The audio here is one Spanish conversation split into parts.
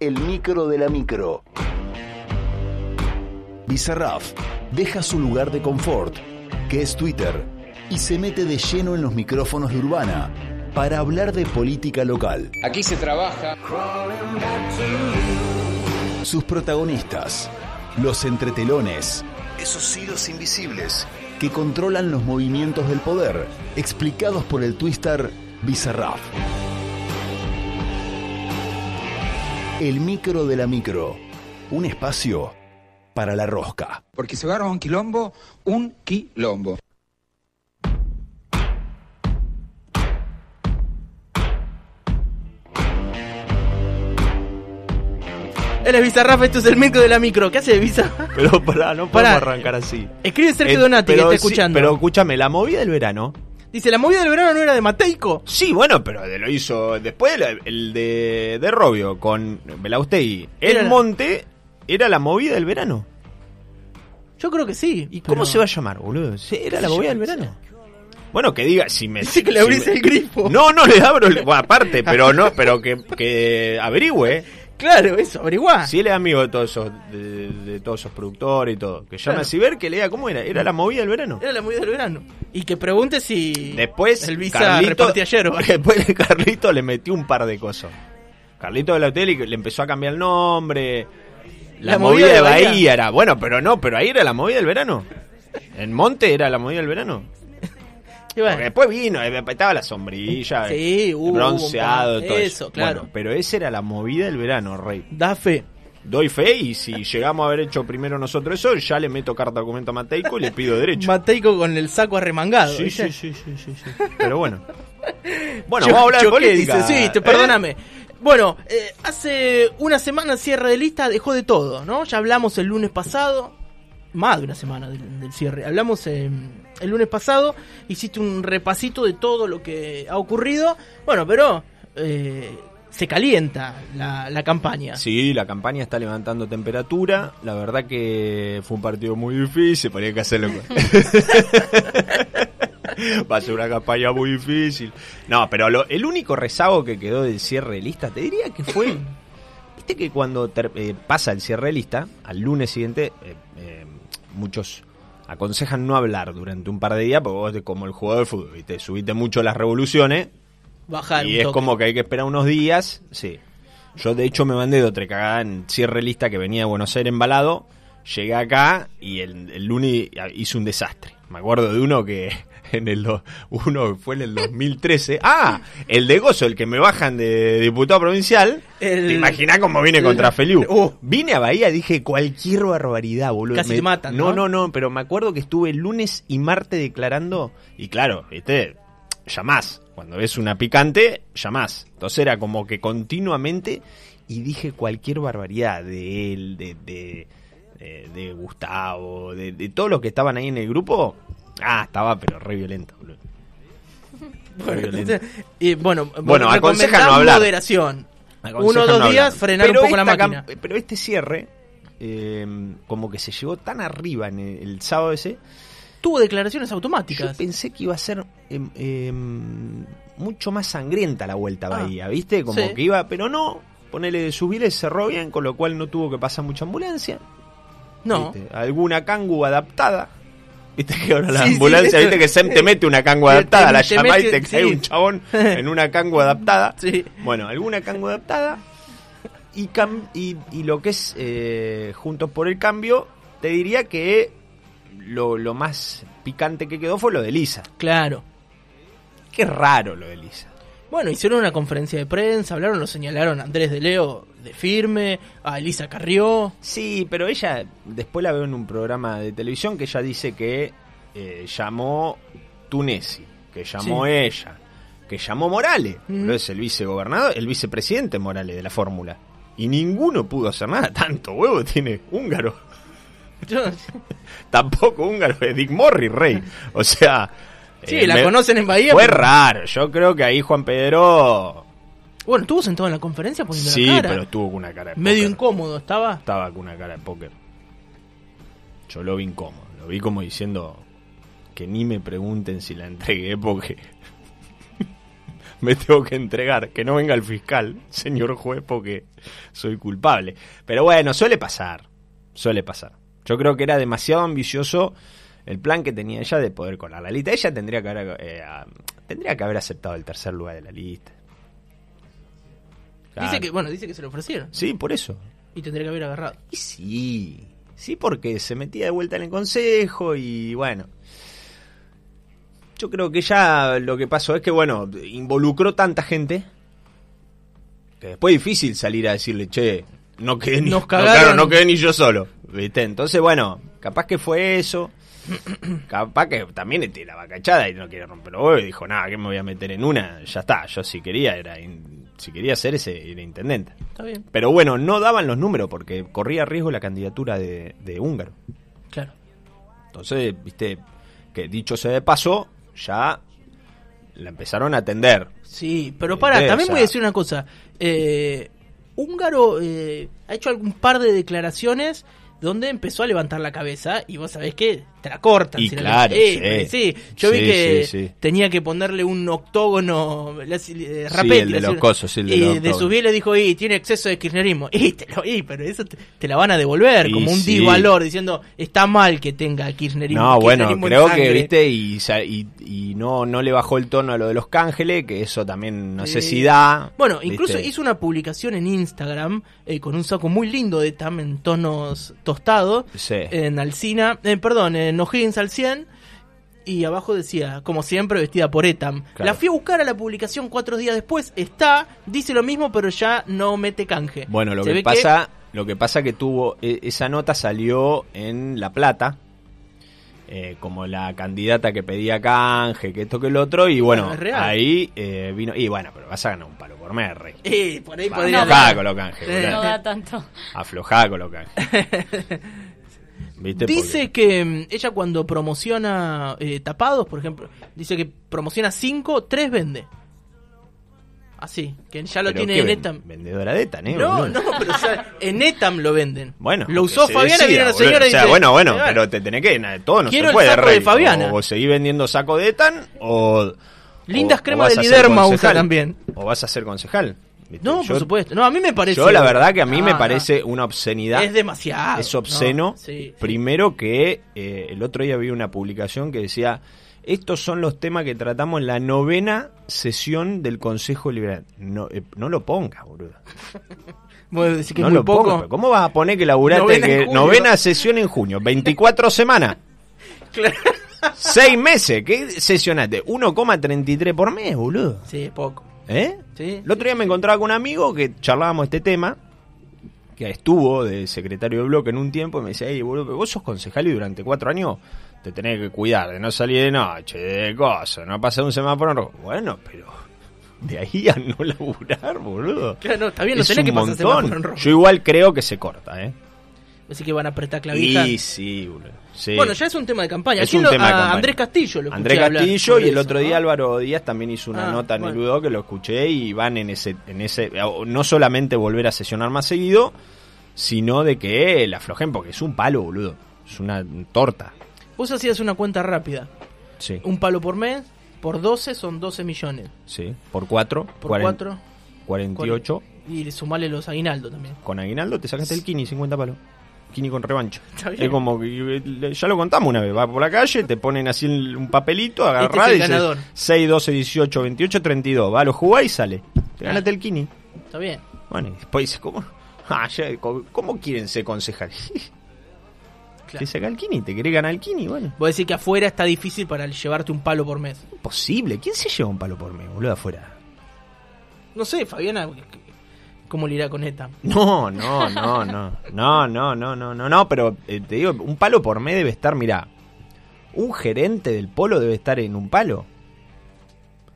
el micro de la micro. Bizarraf deja su lugar de confort, que es Twitter, y se mete de lleno en los micrófonos de Urbana para hablar de política local. Aquí se trabaja. Sus protagonistas, los entretelones, esos hilos invisibles que controlan los movimientos del poder, explicados por el twister Bizarraf. El micro de la micro, un espacio para la rosca. Porque se va a un quilombo, un quilombo. Él es Bizarraf, esto es el micro de la micro. ¿Qué hace Bizarraf? Pero pará, no podemos Pará. arrancar así. Escribe Sergio Eh, Donati que pero está sí- escuchando. pero escúchame, la movida del verano. Dice, la movida del verano no era de Mateico. Sí, bueno, pero lo hizo después el, el de, de Robio con Belaustegui. El Era la- monte era la movida del verano. Yo creo que sí. ¿Y cómo se va a llamar, boludo? Sí, Era la movida del verano. Bueno, que diga, si me. Dice que le si abrís me- el grifo. No, no le abro el. bueno, aparte, pero no, pero que, que averigüe. eh. Claro, eso, averiguá. Si él es amigo de todos esos, de, de todos esos productores y todo. Que llame Claro. a Ciber que le diga cómo era. Era la movida del verano. Era la movida del verano. Y que pregunte si Después el Visa Carlito- repartía yerba. Después el Carlito le metió un par de cosas. Carlito de la Hotel y le empezó a cambiar el nombre. La, movida, de Bahía, era, bueno, pero no, pero ahí era la movida del verano. En Monte era la movida del verano. Y bueno, Porque después vino, eh, estaba la sombrilla, Sí, el hubo- hubo bronceado, un par- todo eso, eso. claro. Bueno, pero esa era la movida del verano, Rey. da fe. Doy fe y si llegamos a haber hecho primero nosotros eso, ya le meto carta documento a Mateico y le pido derecho. Mateico con el saco arremangado. Sí, ¿viste? sí, sí, sí, sí, sí. Pero bueno. Bueno, Yo- vamos a hablar de choqué, política. dice, sí, te, ¿eh? perdóname. Bueno, eh, hace una semana cierre de lista dejó de todo, ¿no? Ya hablamos el lunes pasado, más de una semana del, del cierre. Hablamos eh, el lunes pasado, hiciste un repasito de todo lo que ha ocurrido. Bueno, pero eh, se calienta la, la campaña. Sí, la campaña está levantando temperatura. La verdad que fue un partido muy difícil, ponía que hacerlo. con- Va a ser una campaña muy difícil. No, pero lo- el único rezago que quedó del cierre de lista, te diría que fue. Viste que cuando ter- eh, pasa el cierre de lista, al lunes siguiente, eh, eh, muchos aconsejan no hablar durante un par de días, porque vos, como el jugador de fútbol, ¿viste? subiste mucho las revoluciones, Bajar y un es toque. como que hay que esperar unos días. Sí. Yo, de hecho, me mandé de otra cagada en cierre lista que venía de Buenos Aires embalado. Llegué acá y el, el lunes hizo un desastre. Me acuerdo de uno que en el do- uno que fue en el 2013. Ah, el de Gozo, el que me bajan de diputado provincial. El- Te imaginás cómo vine el- contra Feliu. Uh. Vine a Bahía y dije cualquier barbaridad, boludo. Casi Me- te matan, ¿no? no, no, no, pero me acuerdo que estuve lunes y martes declarando. Y claro, viste, llamás. Cuando ves una picante, llamás. Entonces era como que continuamente. Y dije cualquier barbaridad de él, de, de, de- de Gustavo, de, de todos los que estaban ahí en el grupo. Ah, estaba, pero re violento, boludo. Re Bueno, violento. y bueno, Bueno, recomendá aconseja no hablar. moderación. Aconsejan Uno o no dos hablar. días, frenar Pero un poco la esta máquina. cam- Pero este cierre, eh, como que se llegó tan arriba en el, el sábado ese, Tuvo declaraciones yo automáticas. pensé que iba a ser em, em, mucho más sangrienta la vuelta a Bahía, ¿viste? Como sí. que iba, pero no, ponele subir, cerró bien, con lo cual no tuvo que pasar mucha ambulancia. No. ¿viste? Alguna cangu adaptada. Viste que ahora la Sí, sí, ambulancia, eso. viste que Sem te mete una cangu Te- adaptada, te- la te llamás y mete- te cae sí. un chabón en una cangu adaptada. Sí. Bueno, alguna cango adaptada. Y, cam- y, y lo que es eh, Juntos por el Cambio, te diría que lo, lo más picante que quedó fue lo de Lisa. Claro. Qué raro lo de Lisa. Bueno, hicieron una conferencia de prensa, hablaron, lo señalaron a Andrés de Leo de firme, a Elisa Carrió. Sí, pero ella, después la veo en un programa de televisión que ella dice que eh, llamó Tunesi, que llamó Sí. ella, que llamó Morales, Ujú. pero es el vicegobernador, el vicepresidente Morales de la fórmula. Y ninguno pudo hacer nada, tanto huevo tiene húngaro. Yo- tampoco húngaro de Dick Morris, rey. O sea. Sí, eh, la me- conocen en Bahía. Fue pero- raro. Yo creo que ahí Juan Pedro. Bueno, estuvo sentado en la conferencia poniendo Sí, la cara. pero estuvo con una cara de Medio póker. incómodo estaba. Estaba con una cara de póker. Yo lo vi incómodo. Lo vi como diciendo. Que ni me pregunten si la entregué porque. me tengo que entregar. Que no venga el fiscal, señor juez, porque soy culpable. Pero bueno, suele pasar. Suele pasar. Yo creo que era demasiado ambicioso el plan que tenía ella de poder colar la lista. Ella tendría que haber, eh, a- tendría que haber aceptado el tercer lugar de la lista. Claro. Dice que, bueno, dice que se lo ofrecieron. Sí, por eso. Y tendría que haber agarrado. Y sí, sí, porque se metía de vuelta en el consejo y bueno. Yo creo que ya lo que pasó es que, bueno, involucró tanta gente que después es difícil salir a decirle, che, no quedé ni, Nos no, cagaron. claro, no quedé ni yo solo. ¿Viste? Entonces, bueno, capaz que fue eso. Capaz que también este, la vaca echada y no quiere romper los huevos y dijo, nada, que me voy a meter en una. Ya está, yo si quería, era in- si quería ser ese, era intendente. Está bien, Pero bueno, no daban los números porque corría riesgo la candidatura de, de Húngaro. claro. Entonces, viste, que dicho sea de paso, ya la empezaron a atender. Sí, pero Eh, para, eh, también o sea- voy a decir una cosa. Eh, Húngaro eh, ha hecho algún par de declaraciones donde empezó a levantar la cabeza y vos sabés que te la cortan. Y si la claro, levantas. sí. sí. Yo vi Sí, que sí, sí. tenía que ponerle un octógono eh, rapete. el de la- los cosos, sí, el de y los de octógonos. su le dijo, y tiene exceso de kirchnerismo. Y, te lo- y, pero eso te, te la van a devolver, Y como un sí. disvalor, diciendo, está mal que tenga kirchnerismo. No, bueno, kirchnerismo en creo que, sangre". viste, y, sa- y, y no, no le bajó el tono a lo de los cángeles, que eso también no sé Sí. si da. Bueno, incluso ¿viste? hizo una publicación en Instagram eh, con un saco muy lindo de tam en tonos tostados, Sí. en Alcina, eh, perdón, en O'Higgins al 100, y abajo decía, como siempre, vestida por Etam. Claro. La fui a buscar a la publicación cuatro días después, está, dice lo mismo, pero ya no mete canje. Bueno, lo Se ve que pasa, lo que pasa que tuvo e- esa nota salió en La Plata. eh, como la candidata que pedía canje, que esto que el otro, y bueno, Bueno, es real. ahí eh, vino. Y bueno, pero vas a ganar un palo por mes, rey. Eh, por Ah, ahí podría Aflojá con los canjes, Sí. boludo. No da tanto. Aflojá con los canjes. ¿Viste? Dice que mm, ella cuando promociona eh, tapados, por ejemplo, dice que promociona 5, 3 vende. Así, que ya lo Pero tiene qué en ven- Etam. Vendedora de Etan, ¿eh? No, boludo? no, pero o sea, en Etam lo venden. Bueno, lo que usó se Fabiana, decida, viene la boludo. señora O sea, y dice, bueno, bueno, "Fabiana". pero te tenés que. na- Todo no Quiero se el puede, saco rey. de Fabiana. O vos seguís vendiendo saco de Etan, o. Lindas o- cremas o vas de a ser Liderma usa concejal. también. O vas a ser concejal. ¿viste? No, Yo- por supuesto. No, a mí me parece. Yo, la verdad, que a mí Ah, me no. parece una obscenidad. Es demasiado. es obsceno. No, sí, sí. Primero que eh, el otro día vi una publicación que decía, estos son los temas que tratamos en la novena sesión del Consejo Liberal. No, eh, no lo pongas, boludo. Vos decís que no es muy lo poco. pongas. pero ¿Cómo vas a poner que laburaste Novena en que- junio. novena sesión en junio? 24 semanas. Claro. Seis meses. ¿Qué sesionaste? 1,33 por mes, boludo. Sí, poco. ¿Eh? Sí, El otro día me encontraba con un amigo que charlábamos este tema, que estuvo de secretario de bloque en un tiempo, y me decía, Ey, boludo, pero vos sos concejal y durante cuatro años te tenés que cuidar de no salir de noche, de cosas, no pasar un semáforo en rojo". Bueno, pero de ahí a no laburar, boludo. Claro, no, está bien, no Es tenés un que pasar montón. semáforo en rojo. Yo igual creo que se corta, ¿eh? Así que van a apretar clavija. Y sí, boludo. sí. Bueno, ya es un tema de campaña. Es Aquí un lo- tema de a campaña. Andrés Castillo lo Andrés escuché hablar Castillo sobre y el eso, otro día ¿no? Álvaro Díaz también hizo una Ah, nota en el bueno. Udó que lo escuché y van en ese en ese no solamente volver a sesionar más seguido, sino de que la aflojen porque es un palo, boludo. Es una torta. Vos hacías una cuenta rápida. Sí. Un palo por mes, por 12 son 12 millones. Sí, por 4, Por 4, 48 y sumale los aguinaldos también. con aguinaldo te sacaste el kini 50 palos. Kini con revancha. Está bien. Es como que eh, ya lo contamos una vez, va por la calle, te ponen así el- un papelito, agarrás Este el y dices, ganador. 6 12 18 28 32, va, lo jugás y sale. Ah. Te ganaste el kini. Está bien. Bueno, y después dice, ¿cómo? Ah, ya, co- ¿Cómo quieren ser concejal? Claro. Te saca el Kini, te querés ganar el Kini, bueno. Vos decís que afuera está difícil para llevarte un palo por mes. Imposible, ¿quién se lleva un palo por mí, boludo, afuera? No sé, Fabiana, que- ¿cómo le irá con esta? No, no, no, no, no, no, no, no, no, no, pero eh, te digo, un palo por mes debe estar, mirá, un gerente del polo debe estar en un palo.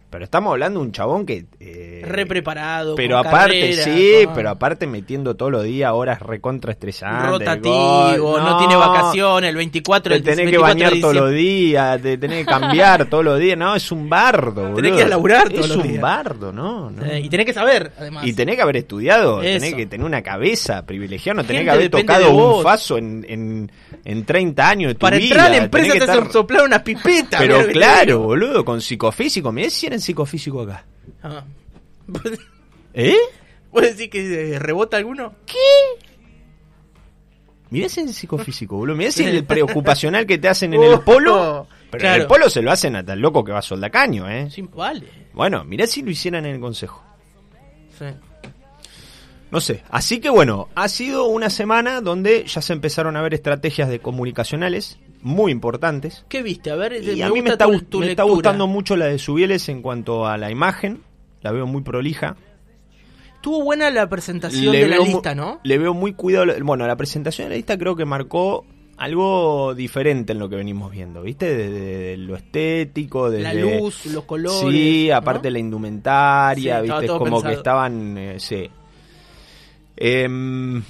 Pero estamos hablando de un chabón que... eh, Re preparado. Pero con aparte, carrera, sí, con- pero aparte metiendo todos los días horas recontra estresantes. Rotativo, gol, no. tiene vacaciones, el 24 Te del tenés que 24 de bañar todos los diciembre. días, te tenés que cambiar todos los días. No, es un bardo, boludo. que ir a laburar todos Es los un días. bardo, ¿no. no. Eh, y tenés que saber, además. y tenés que haber estudiado, Eso. tenés que tener una cabeza privilegiada, no tenés Gente que haber depende de tocado un vos. faso en, en, en 30 años de tu para vida. entrar a la tenés empresa que te hacen estar- soplar una pipeta. mirá lo Pero que te claro, boludo, con psicofísico. Mirá si eran psicofísico acá. digo. Ah. ¿Eh? ¿Vos decís que eh, rebota alguno? Mirá ese psicofísico, boludo. Mirá ese el preocupacional que te hacen en el polo. Oh, Pero en claro. el polo se lo hacen hasta el loco que va a soldacaño, ¿eh? Sí, vale. Bueno, mirá si lo hicieran en el consejo. Sí. No sé. Así que bueno, ha sido una semana donde ya se empezaron a ver estrategias de comunicacionales muy importantes. ¿Qué viste? A ver, Y me a mí me gusta está, tu- gust- tu me está lectura. gustando mucho la de Subieles en cuanto a la imagen. La veo muy prolija. Estuvo buena la presentación Le de la veo mu- lista, ¿no? Le veo muy cuidado. Bueno, la presentación de la lista creo que marcó algo diferente en lo que venimos viendo, ¿viste? Desde lo estético, desde... La luz, los colores. Sí, aparte ¿no? la indumentaria, Sí, estaba ¿viste? Es todo como que pensado. estaban... eh, sí. Em,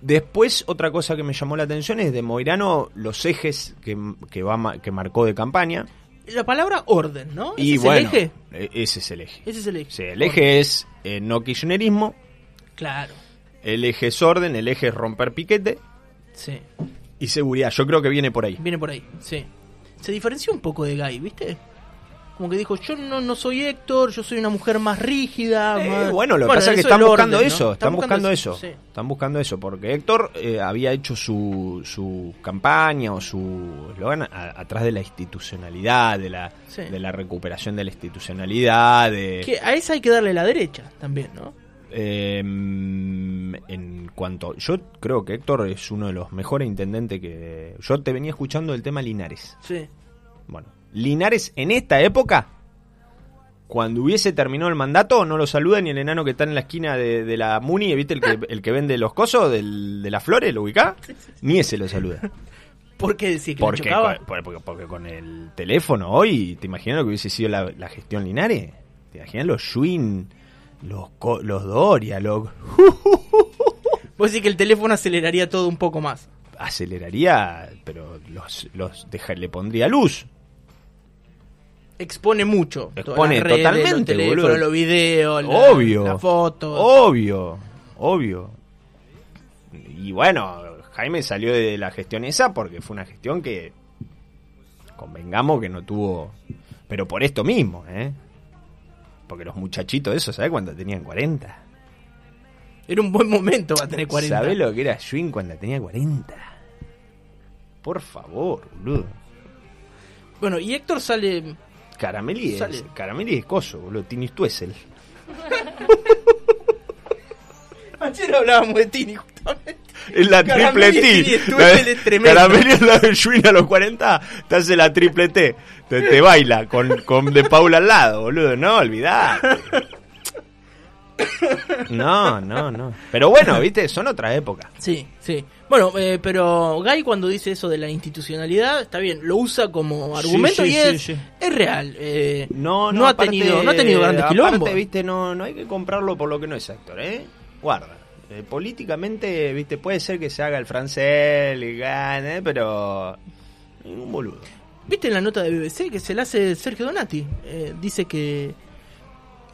después, otra cosa que me llamó la atención es de Moirano los ejes que, que, va, ma- que marcó de campaña. La palabra orden, ¿no? Pues Y ¿Ese bueno, es el eje? e- ese es el eje. Ese es el eje. Sí, el eje es eh, no kirchnerismo, Orden. Claro, el eje es orden, el eje es romper piquete sí. y seguridad. Yo creo que viene por ahí. Viene por ahí, sí. Se diferenció un poco de Guy, ¿viste? Como que dijo, yo no, no soy Héctor, yo soy una mujer más rígida. Eh, más- bueno, lo que pasa es que ah, eso están el buscando orden, ¿no? eso, están, buscando eso. Están buscando eso, porque Héctor eh, había hecho su, su campaña o su eslogan a- atrás de la institucionalidad, de la, Sí. de la recuperación de la institucionalidad. de- sí. Que a esa hay que darle la derecha también, ¿no? Eh, Em, en cuanto. Yo creo que Héctor es uno de los mejores intendentes que. Yo te venía escuchando el tema Linares. Sí. Bueno, Linares en esta época, cuando hubiese terminado el mandato, no lo saluda ni el enano que está en la esquina de, de la Muni, ¿viste? El que, el que vende los cosos del- de las flores, ¿lo ubicá? Ni ese lo saluda. ¿Por qué decir que le Porque, chocaba? con- por- porque, porque con el teléfono hoy, ¿te imaginas lo que hubiese sido la, la gestión Linares? ¿Te imaginas los Schwinn, los, co- los Doria, los... Vos decís que el teléfono aceleraría todo un poco más. Aceleraría, pero los, los deja- le pondría luz. Expone mucho. Todas Expone las redes, totalmente, los teléfonos, boludo. los videos, la- Obvio. las fotos. Obvio, obvio. Y bueno, Jaime salió de la gestión esa porque fue una gestión que, convengamos que no tuvo, pero por esto mismo, ¿eh? Porque los muchachitos de esos, ¿sabés cuánto tenían? 40. Era un buen momento va a tener 40. ¿Sabés lo que era Schwinn cuando tenía 40? Por favor, boludo. Bueno, y Héctor sale... Caramelí es, Sale. Caramelli es coso, boludo. Tini Stuesel. Ayer hablábamos de Tini justamente. Es la triple Caramelli y Tini T. Stuesel es tremendo. Caramelli es la de Schwinn a los 40, te hace la triple T. Te, te baila con, con De Paula al lado, boludo. No, olvidá. No, no, no. Pero bueno, viste, son otra época. Sí, sí. Bueno, eh, pero Guy cuando dice eso de la institucionalidad, está bien, lo usa como Sí, argumento sí, y sí, es, sí. es real. eh, No, no, ha aparte- tenido, no ha tenido grandes aparte, quilombos. viste, no, no hay que comprarlo por lo que no es actor, ¿eh? Guarda. Eh, políticamente, viste, puede ser que se haga el francés, el gane, pero. Ningún boludo. ¿Viste la nota de BBC que se la hace Sergio Donati? Eh, dice que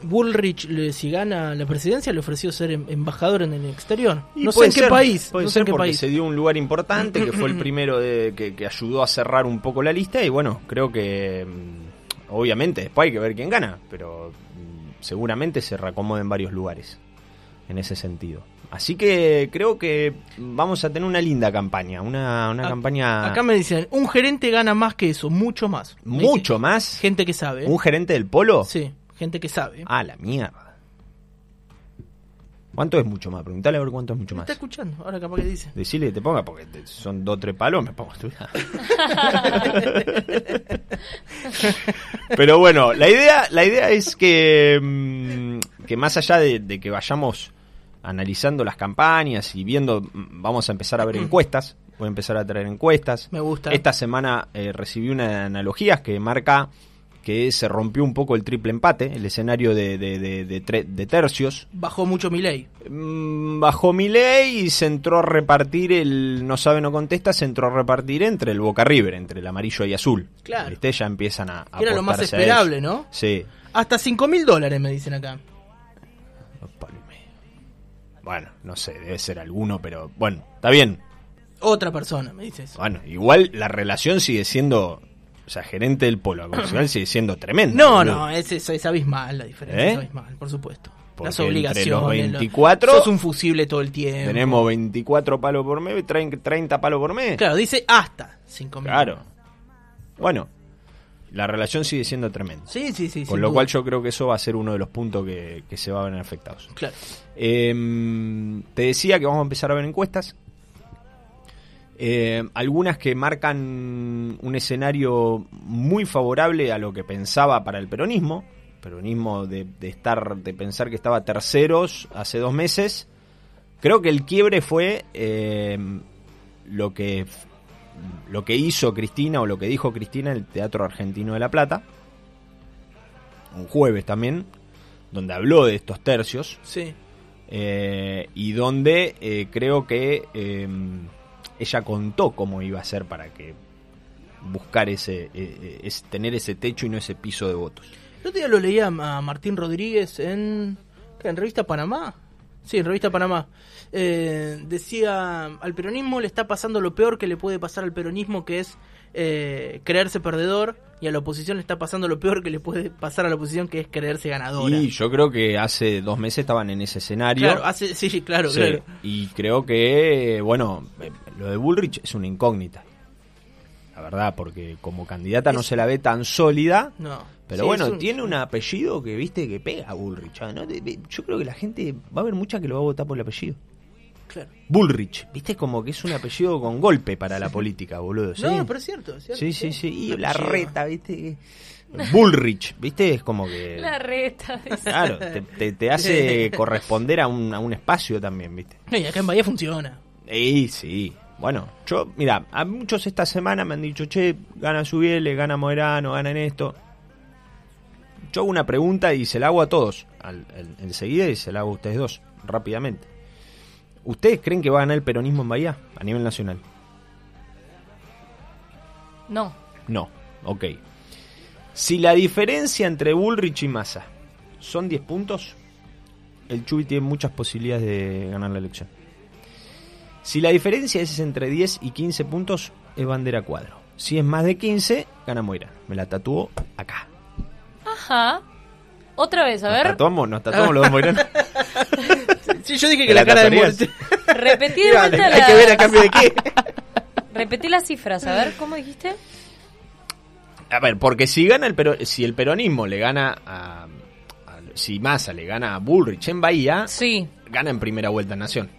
Bullrich, le- si gana la presidencia, le ofreció ser em- embajador en el exterior. Y no sé puede en qué ser, país. Puede no sé ser en qué porque país. se dio un lugar importante, que fue el primero de- que, que ayudó a cerrar un poco la lista. Y bueno, creo que mm, obviamente después hay que ver quién gana, pero mm, seguramente se reacomoda en varios lugares en ese sentido. Así que creo que vamos a tener una linda campaña, una, una Ac- campaña Acá me dicen, un gerente gana más que eso, mucho más. Me dicen, mucho más. Gente que sabe. ¿Un Ah, gerente del polo? Sí, gente que sabe. A la mierda. ¿Cuánto es mucho más? Preguntale a ver cuánto es mucho Me más. está escuchando, ahora capaz que dice. Decirle que te ponga, porque te- son dos tres palos, me pongo a estudiar. Pero bueno, la idea, la idea es que, mm, que más allá de, de que vayamos analizando las campañas y viendo, mm, vamos a empezar a ver encuestas. Voy a empezar a traer encuestas. Me gusta. Esta semana eh, recibí una de analogías que marca que se rompió un poco el triple empate, el escenario de, de- de- de tre- de tercios. Bajó mucho mi ley. Mm, Bajó Milei y se entró a repartir el no sabe no contesta, se entró a repartir entre el Boca River, entre el amarillo y azul. Claro. ¿Viste? Ya empiezan a a Era lo más apostarse a eso. esperable, ¿no? Sí. Hasta 5 mil dólares me dicen acá. Los palos y medio. Bueno, no sé, debe ser alguno, pero bueno, está bien. Otra persona me dice eso. Bueno, igual la relación sigue siendo O sea, gerente del polo aconsejar sigue siendo tremendo. No, boludo. no, eh, es, es, es abismal la diferencia, ¿Eh? es abismal, por supuesto. Porque Las entre obligaciones. los lo- 24 sos un fusible todo el tiempo. Tenemos 24 palos por mes, trein- 30 palos por mes. Claro, dice hasta 5.000. Claro. Bueno, la relación sigue siendo tremenda. Sí, sí, sí. Con sin lo duda. cual yo creo que eso va a ser uno de los puntos que, que se va a ver afectados. Claro. Eh, te decía que vamos a empezar a ver encuestas. Eh, algunas que marcan un escenario muy favorable a lo que pensaba para el peronismo. Peronismo de, de estar, de pensar que estaba terceros hace dos meses. Creo que el quiebre fue eh, lo que lo que hizo Cristina o lo que dijo Cristina en el Teatro Argentino de La Plata. Un jueves también, donde habló de estos tercios. Sí. Eh, y donde eh, creo que eh, ella contó cómo iba a ser para que buscar ese, eh, eh, es tener ese techo y no ese piso de votos. El otro día lo leía a Martín Rodríguez en, en Revista Panamá. Sí, en Revista Panamá. Eh, decía, al peronismo le está pasando lo peor que le puede pasar al peronismo, que es eh, creerse perdedor, y a la oposición le está pasando lo peor que le puede pasar a la oposición, que es creerse ganadora. Y yo creo que hace dos meses estaban en ese escenario. Claro, hace- sí, sí, claro, Sí, claro. Y creo que, bueno, eh, lo de Bullrich es una incógnita. La verdad, porque como candidata no Es- se la ve tan sólida. No. Pero Sí, bueno, es un- tiene un apellido que viste que pega a Bullrich. ah, ¿no? De- de- Yo creo que la gente va a haber mucha que lo va a votar por el apellido. claro. Bullrich, viste como que es un apellido con golpe para la política, boludo. ¿sí? No, pero es cierto. es cierto, sí, sí, sí. Y la Apellido. reta, viste. Bullrich, viste, es como que. La reta. dice. Claro, te, te- te hace corresponder a un, a un espacio también, viste. No, y acá en Bahía funciona. Y sí. Bueno, yo, mira, a muchos esta semana me han dicho, che, gana Subiele, gana Moerano, gana en esto. Yo hago una pregunta y se la hago a todos al- al- enseguida y se la hago a ustedes dos, rápidamente. ¿Ustedes creen que va a ganar el peronismo en Bahía a nivel nacional? No. No, ok. Si la diferencia entre Bullrich y Massa son 10 puntos, el Chubi tiene muchas posibilidades de ganar la elección. Si la diferencia es entre 10 y 15 puntos, es bandera cuadro. Si es más de 15, gana Moira. Me la tatuó acá. Ajá. Otra vez, a Nos ver. tatuamos, nos tatuamos los dos Moiranos. Sí, yo dije ¿Te que la la cara de tatuarías? muerte. Repetí de Hay vuelta que ver a la... cambio de qué. Repetí las cifras, a ver, ¿cómo dijiste? A ver, porque si gana el pero si el peronismo le gana a, a- si Massa le gana a Bullrich en Bahía, Sí. gana en primera vuelta Nación.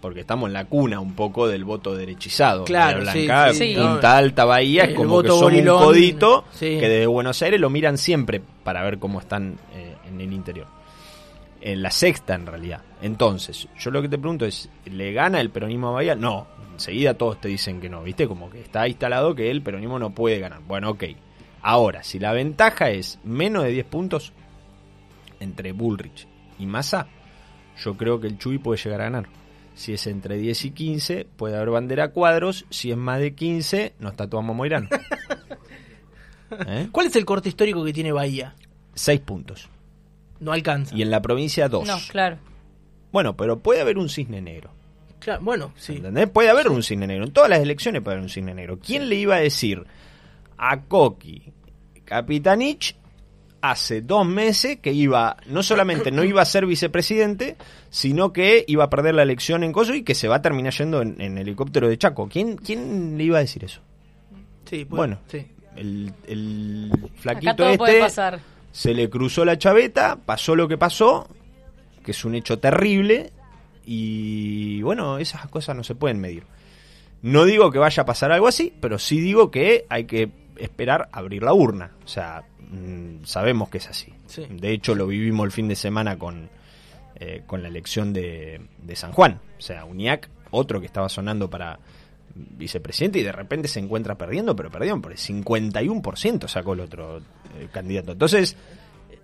Porque estamos en la cuna un poco del voto derechizado. Claro, Bahía sí, Blanca, sí, sí. Punta Alta, Bahía, El es como voto que somos gorilón, un codito sí. que desde Buenos Aires lo miran siempre para ver cómo están eh, en el interior. En la sexta, en realidad. Entonces, yo lo que te pregunto es, ¿le gana el peronismo a Bahía? No, enseguida todos te dicen que no, ¿viste? Como que está instalado que el peronismo no puede ganar. Bueno, ok. Ahora, si la ventaja es menos de 10 puntos entre Bullrich y Massa, yo creo que el Chuy puede llegar a ganar. Si es entre 10 y 15, puede haber bandera a cuadros. Si es más de 15, nos tatuamos a Moirano. ¿Eh? ¿Cuál es el corte histórico que tiene Bahía? 6 puntos. No alcanza. Y en la provincia 2. No, claro. Bueno, pero puede haber un cisne negro. Claro, bueno, sí. ¿Entendés? Puede haber un cisne negro. En todas las elecciones puede haber un cisne negro. ¿Quién le iba a decir a Coqui Capitanich hace dos meses que iba, no solamente no iba a ser vicepresidente, sino que iba a perder la elección en Coso y que se va a terminar yendo en, en helicóptero de Chaco? ¿Quién, ¿Quién le iba a decir eso? Sí, bueno. Bueno, Sí. el, el flaquito Acá todo este puede pasar. se le cruzó la chaveta, pasó lo que pasó, que es un hecho terrible, y bueno, esas cosas no se pueden medir. No digo que vaya a pasar algo así, pero sí digo que hay que esperar abrir la urna. O sea, mm, sabemos que es así. Sí. De hecho, lo vivimos el fin de semana con, eh, con la elección de, de San Juan. O sea, Uniac, otro que estaba sonando para vicepresidente y de repente se encuentra perdiendo, pero perdieron por el 51% sacó el otro eh, candidato. Entonces,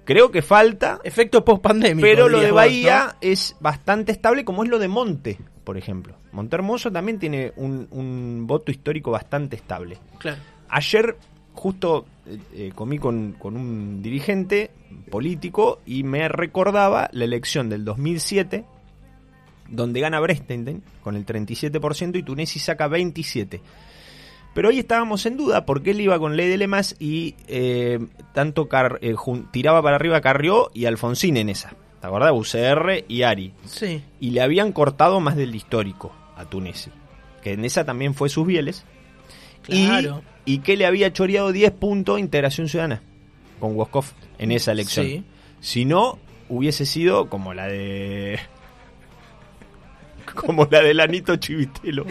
creo que falta, Efecto post pandemia. pero lo de Bahía es bastante estable como es lo de Monte, por ejemplo. Monte Hermoso también tiene un, un voto histórico bastante estable. Claro. Ayer justo eh, eh, comí con, con un dirigente político y me recordaba la elección del 2007, donde gana Brestenden con el 37% y Tunesi saca 27%. Pero hoy estábamos en duda porque él iba con Ley de Lemas y eh, tanto Car- eh, jun- tiraba para arriba Carrió y Alfonsín en esa. ¿Te acordás? UCR y Ari. Sí. Y le habían cortado más del histórico a Tunesi. Que en esa también fue sus bieles. Y- Claro. Y, que le había choreado 10 puntos Integración Ciudadana con Woskov en esa elección. Mm, Sí. Si no, hubiese sido como la de. Como la de Lanito Chivitelo.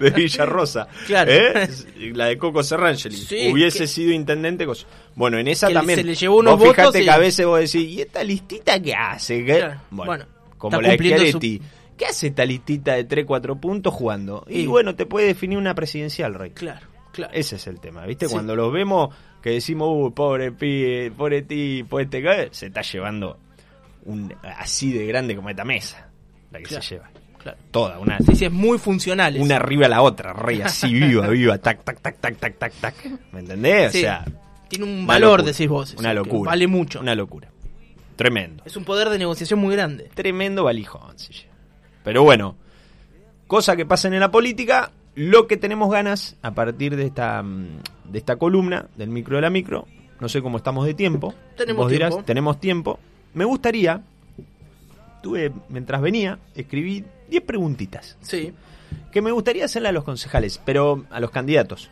De Villa Rosa. Claro. ¿Eh? La de Coco Serrangeli. Sí, hubiese que- sido intendente. cosa- Bueno, en esa Que también. se le llevó unos vos fijate votos y- que a veces vos decís, ¿y esta listita qué hace? ¿Qué-?" Claro. Bueno, Bueno, como está la de cumpliendo su- Chiaretti. ¿Qué hace esta listita de 3-4 puntos jugando? Y Y- bueno, te puede definir una presidencial, Rey. Claro, claro. Ese es el tema, ¿viste? Sí. Cuando los vemos que decimos, "Uh, pobre pibe, pobre tipo, este que-", se está llevando un así de grande como esta mesa, la que Claro. se lleva. Claro. Toda, una, Sí, sí, es muy funcional. eso. una arriba a la otra, rey, así viva, viva, tac, tac, tac, tac, tac, tac, tac. ¿Me entendés? Sí. O sea, Tiene un una valor, locura, decís vos. eso, Una que locura. Vale mucho. Una locura. Tremendo. Es un poder de negociación muy grande. Tremendo valijón. se lleva. Pero bueno, cosa que pasen en la política, lo que tenemos ganas a partir de esta, mm, de esta columna, del micro de la micro, no sé cómo estamos de tiempo. Tenemos Vos dirás, tiempo. tenemos tiempo. Me gustaría, tuve, mientras venía, escribí 10 preguntitas Sí. que me gustaría hacerle a los concejales, pero a los candidatos.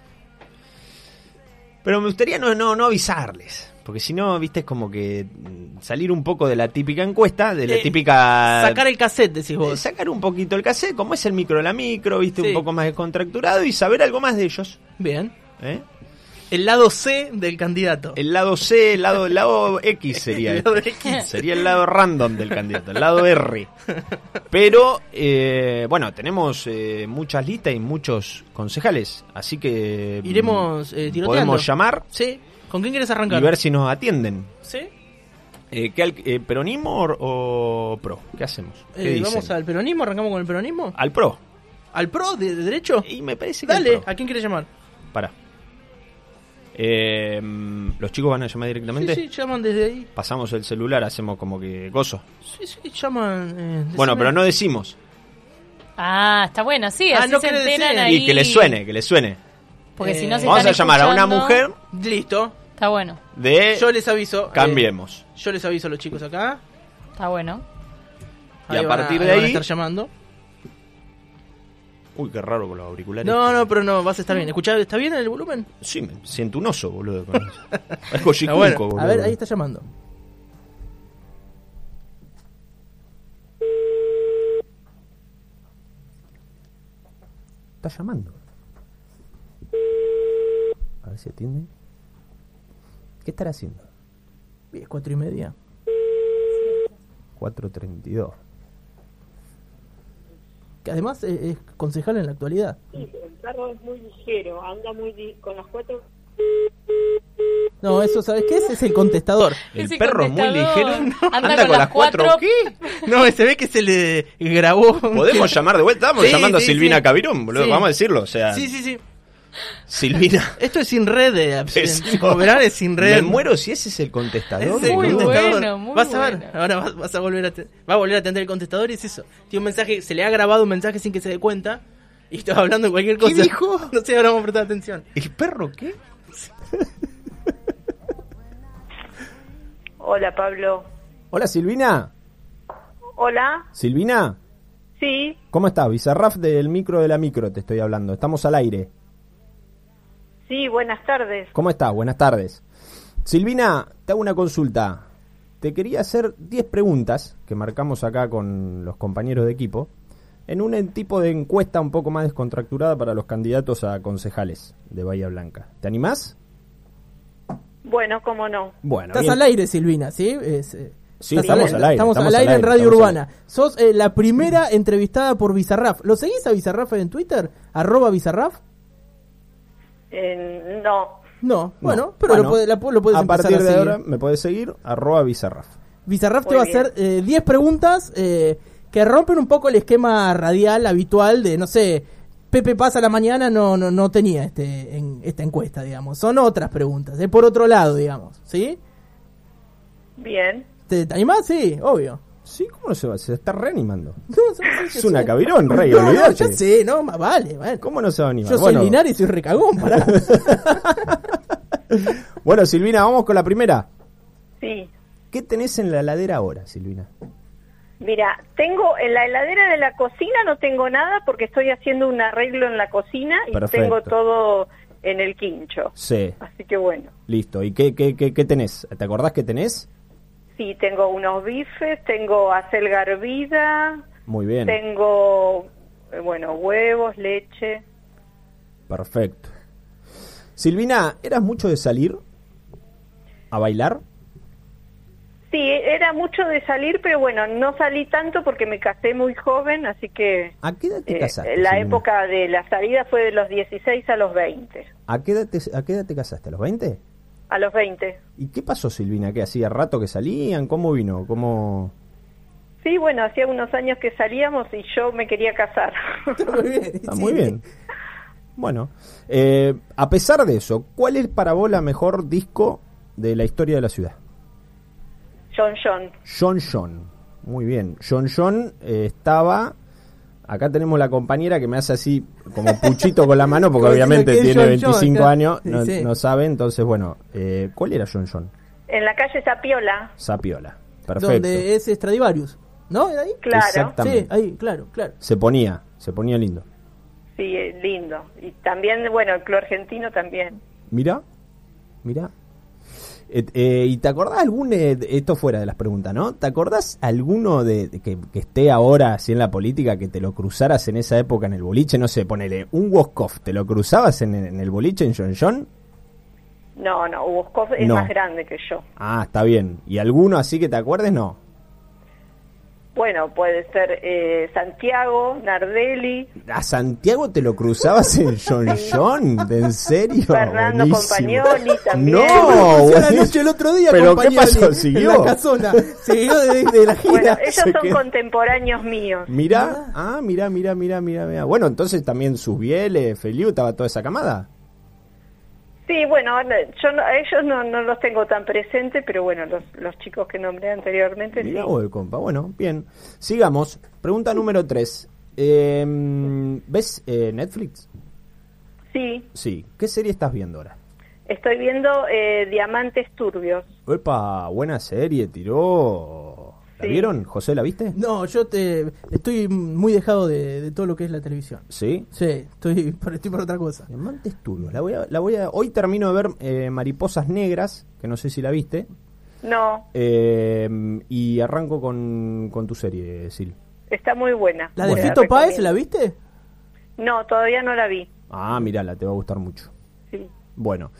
Pero me gustaría no, no, no avisarles, porque si no, viste, es como que mm, salir un poco de la típica encuesta, de la Eh, típica... Sacar el cassette, decís Eh, vos. sacar un poquito el cassette, como es el micro, la micro, viste, Sí. un poco más descontracturado y saber algo más de ellos. Bien. ¿eh? El lado C del candidato. El lado C, el lado, el lado X sería. El lado este. X. Sería el lado random del candidato, el lado R. Pero, eh, bueno, tenemos eh, muchas listas y muchos concejales, así que... mm, Iremos eh, tiroteando. Podemos llamar Sí. ¿Con quién quieres y arrancar? ver si nos atienden. Sí. Eh, ¿qué al- eh, ¿Peronismo o, o pro? ¿Qué hacemos? ¿Qué Eh, dicen? ¿Vamos al peronismo? ¿Arrancamos con el peronismo? Al pro. ¿Al pro de, de derecho? Y me parece que... al Dale, pro. ¿a quién quieres llamar? Pará. Eh, mm, ¿Los chicos van a llamar directamente? Sí, sí, llaman desde ahí. Pasamos el celular, hacemos como que gozo. Sí, sí, llaman. eh, decime. Bueno, pero no decimos. Ah, está buena, sí, Ah, así no se querés enteran decir. ahí. Y que le suene, que le suene. Porque si no se Vamos a están llamar a una escuchando, mujer Listo. Está bueno, de... Yo les aviso. eh, Cambiemos. yo les aviso a los chicos acá. está bueno. Y a van partir ahí de van a ahí- estar llamando. Uy, qué raro con los auriculares. No, no, pero no, vas a estar bien. Escuchá, ¿está bien el volumen? Sí, me siento un oso, boludo. con eso. Es cochicunco, Ah, bueno. boludo. a ver, ahí está llamando. Está llamando. A ver si atiende. ¿Qué estará haciendo? Bien, cuatro y media. 4.32. Que además es, es concejal en la actualidad. el carro es muy ligero, anda muy li- con las cuatro No, eso, ¿sabes qué es? Es el contestador. El Ese perro muy ligero. contestador. Anda con las cuatro. cuatro. ¿Qué? No, se ve que se le grabó. Podemos llamar de vuelta. Estamos Sí, llamando sí, a Silvina sí. Cabirón, boludo. Sí. Vamos a decirlo. O sea, Sí, sí, sí. Silvina. Esto es sin red. eh, Decimos. Como verán, es sin red. Me muero si ese es el contestador. Es el Muy boludo. bueno. contestador. muy vas a ver, bueno. ahora vas, vas a volver a te- va a volver a atender el contestador y es eso. Tiene un mensaje, se le ha grabado un mensaje sin que se dé cuenta y estaba hablando de cualquier cosa. dijo? No sé, ahora vamos a prestar atención. ¿El perro qué? Hola, Pablo. Hola, Silvina. Hola, Silvina, sí, ¿cómo estás? Bizarraf del micro de la micro te estoy hablando. Estamos al aire. sí, buenas tardes. ¿Cómo estás? Buenas tardes. Silvina, te hago una consulta. Te quería hacer 10 preguntas que marcamos acá con los compañeros de equipo en un en- tipo de encuesta un poco más descontracturada para los candidatos a concejales de Bahía Blanca. ¿Te animás? Bueno, cómo no. Bueno, estás bien. al aire, Silvina, ¿sí? Es, eh, Sí, estamos al aire, Estamos, al aire en Radio estamos al Urbana. Sos eh, la primera entrevistada por Bizarraf. ¿Lo seguís a Bizarraf en Twitter? ¿Arroba Bizarraf? Eh, no, No, bueno, No. pero Bueno, lo, puede- la- lo puedes a empezar partir a de seguir. ahora me puedes seguir arroba bizarraf. Bizarraf te Muy va a bien. hacer eh, 10 preguntas eh, que rompen un poco el esquema radial habitual de, no sé, Pepe Paz a la mañana no, no, no tenía este, en, esta encuesta, digamos. Son otras preguntas, eh, es por otro lado, digamos. ¿Sí? bien, ¿Te, te animás? Sí, obvio. Sí, ¿cómo no se va? Se está reanimando. No, sí, sí, Es sí. una cabirón, rey, No, no, olvídate. ya sé, no, más vale, vale. ¿Cómo no se va a animar? Yo soy bueno, Linares y soy recagón, pará. bueno, Silvina, vamos con la primera. Sí. ¿Qué tenés en la heladera ahora, Silvina? Mira, tengo en la heladera de la cocina no tengo nada porque estoy haciendo un arreglo en la cocina y Perfecto. tengo todo en el quincho. Sí, Así que bueno, listo. ¿Y qué, qué, qué, qué tenés? ¿Te acordás qué tenés? sí, tengo unos bifes, tengo acelga hervida, Muy bien. tengo, eh, bueno, huevos, leche. Perfecto. Silvina, ¿eras mucho de salir a bailar? Sí, era mucho de salir, pero bueno, no salí tanto porque me casé muy joven, así que ¿A qué edad te eh, casaste? la Silvina? época de la salida fue de los 16 a los 20. ¿A qué, edad te, ¿A qué edad te casaste? ¿A los 20? A los 20. ¿Y qué pasó, Silvina? ¿Qué hacía rato que salían? ¿Cómo vino? ¿Cómo...? Sí, bueno, hacía unos años que salíamos y yo me quería casar. Muy bien, Está sí. Ah, muy bien. Bueno, eh, a pesar de eso, ¿cuál es para vos la mejor disco de la historia de la ciudad? John John. John John. Muy bien. John John eh, estaba. Acá tenemos la compañera que me hace así como puchito con la mano, porque Como obviamente diciendo, tiene ¿quién es John 25 John? Claro. años, Sí, no, sí. no sabe. Entonces, bueno, eh, ¿cuál era John John? En la calle Sapiola. Sapiola. Perfecto. Donde es Stradivarius, ¿no? ¿Era ahí? Claro. Exactamente. Sí, ahí, claro, claro. Se ponía, se ponía lindo. Sí, eh, lindo. Y también, bueno, el club argentino también. Mirá, mirá. Et- eh, ¿Y te acordás algún, eh, de- esto fuera de las preguntas, ¿no? ¿Te acordás alguno de, de que, que esté ahora así en la política que te lo cruzaras en esa época en el boliche? No sé, ponele un Woskov, ¿te lo cruzabas en, en el boliche en John John? No, no, Hugo es No. más grande que yo. Ah, está bien. ¿Y alguno así que te acuerdes? No. Bueno, puede ser eh, Santiago, Nardelli, ¿A Santiago te lo cruzabas en John John? ¿En serio? Fernando Buenísimo. Compagnoli también. No, Apareció la buenísimo. noche el otro día, ¿Pero qué compañero, pasó? en- ¿Siguió? En la casona. Siguió de, de la gira. Bueno, se ellos son quedó. contemporáneos míos. Mirá, ah, mirá, mirá, mirá, mirá, mirá. Bueno, entonces también sus bieles, Feliu, estaba toda esa camada. Sí, bueno, yo no- a ellos no, no los tengo tan presentes, pero bueno, los, los chicos que nombré anteriormente. Mirá sí. vos, el compa. Bueno, bien. Sigamos. Pregunta número 3. ¿Ves eh, Netflix? Sí, Sí. ¿Qué serie estás viendo ahora? estoy viendo eh, Diamantes Turbios. Opa, buena serie, tiró. ¿La Sí. vieron? ¿José, la viste? No, yo te estoy muy dejado de, de todo lo que es la televisión. Sí. Sí, estoy, por- estoy por otra cosa. Diamantes Turbios. La voy a, la voy a... Hoy termino de ver eh, Mariposas Negras, que no sé si la viste. No, Eh, y arranco con, con tu serie, Sil. está muy buena. ¿La de Bueno. Fito Páez la vi? viste? No, todavía no la vi. Ah, mirala, te va a gustar mucho. Sí. Bueno,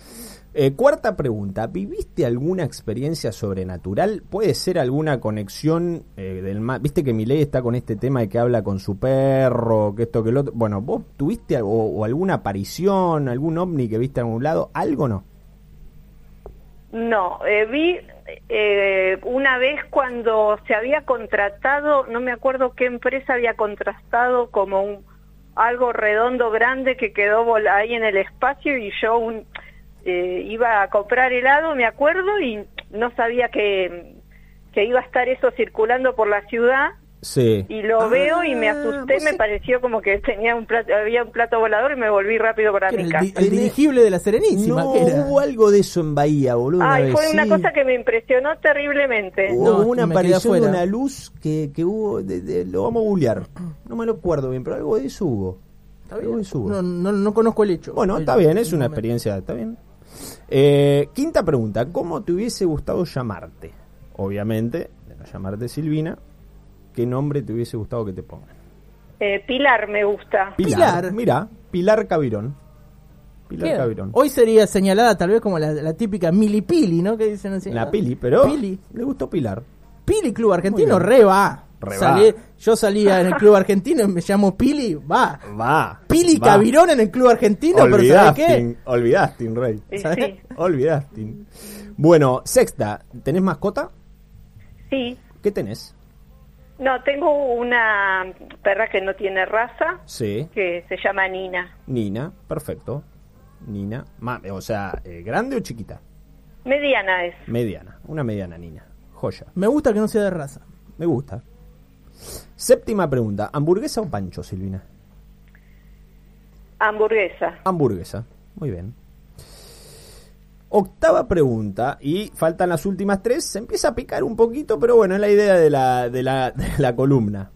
eh, cuarta pregunta. ¿Viviste alguna experiencia sobrenatural? ¿Puede ser alguna conexión eh, del mar? Viste que Milei está con este tema de que habla con su perro, que esto, que lo otro. Bueno, ¿vos tuviste algo- o alguna aparición, algún ovni que viste a algún lado? ¿Algo no? No, eh, vi eh, una vez cuando se había contratado, no me acuerdo qué empresa había contratado como un algo redondo grande que quedó vol- ahí en el espacio y yo un- eh, iba a comprar helado, me acuerdo, y no sabía que, que iba a estar eso circulando por la ciudad Sí. y lo Ah, veo y me asusté, pues vos me sé- pareció como que tenía un plato, había un plato volador y me volví rápido para Que era mi el, casa. di- el dirigible de la Serenísima. No, que era. hubo algo de eso en Bahía, boludo. una Ay, vez, fue una sí. cosa que me impresionó terriblemente. Hubo No, una me quedé aparición de afuera. una luz que, que hubo. de- de- lo vamos a googlear. No me lo acuerdo bien, pero algo de eso hubo. Algo de eso hubo. No, no, no conozco el hecho. Bueno, El- está bien, es el una momento. experiencia, está bien. Eh, quinta pregunta, ¿cómo te hubiese gustado llamarte? Obviamente, de no llamarte Silvina, ¿qué nombre te hubiese gustado que te pongan? Eh, Pilar me gusta. Pilar. Mira, Pilar Cabirón. Pilar Bien. Cabirón. Hoy sería señalada tal vez como la, la típica milipili, ¿no? Que dicen así. La ¿no? Pili, pero ¿eh? Pili. le gustó Pilar. Pili Club Argentino, bien. re va. Re Salí- va. yo salía en el Club Argentino y me llamo Pili, va. Va. Pili va. Cabirón en el Club Argentino, pero ¿sabes Olvidastin, olvidastin, Rey. Sí, ¿Sabés? sí, Olvidastin. Bueno, sexta, ¿tenés mascota? sí. ¿Qué tenés? No, tengo una perra que no tiene raza, Sí. que se llama Nina. Nina, perfecto. Nina, ma- o sea, eh, grande o chiquita. Mediana es. Mediana, una mediana Nina. Joya. qué? Me gusta que no sea de raza. Me gusta. Séptima pregunta. ¿Hamburguesa o pancho, Silvina? Hamburguesa. Hamburguesa. Muy bien. Octava pregunta, y faltan las últimas tres. Se empieza a picar un poquito, pero bueno, es la idea de la, de la, de la columna.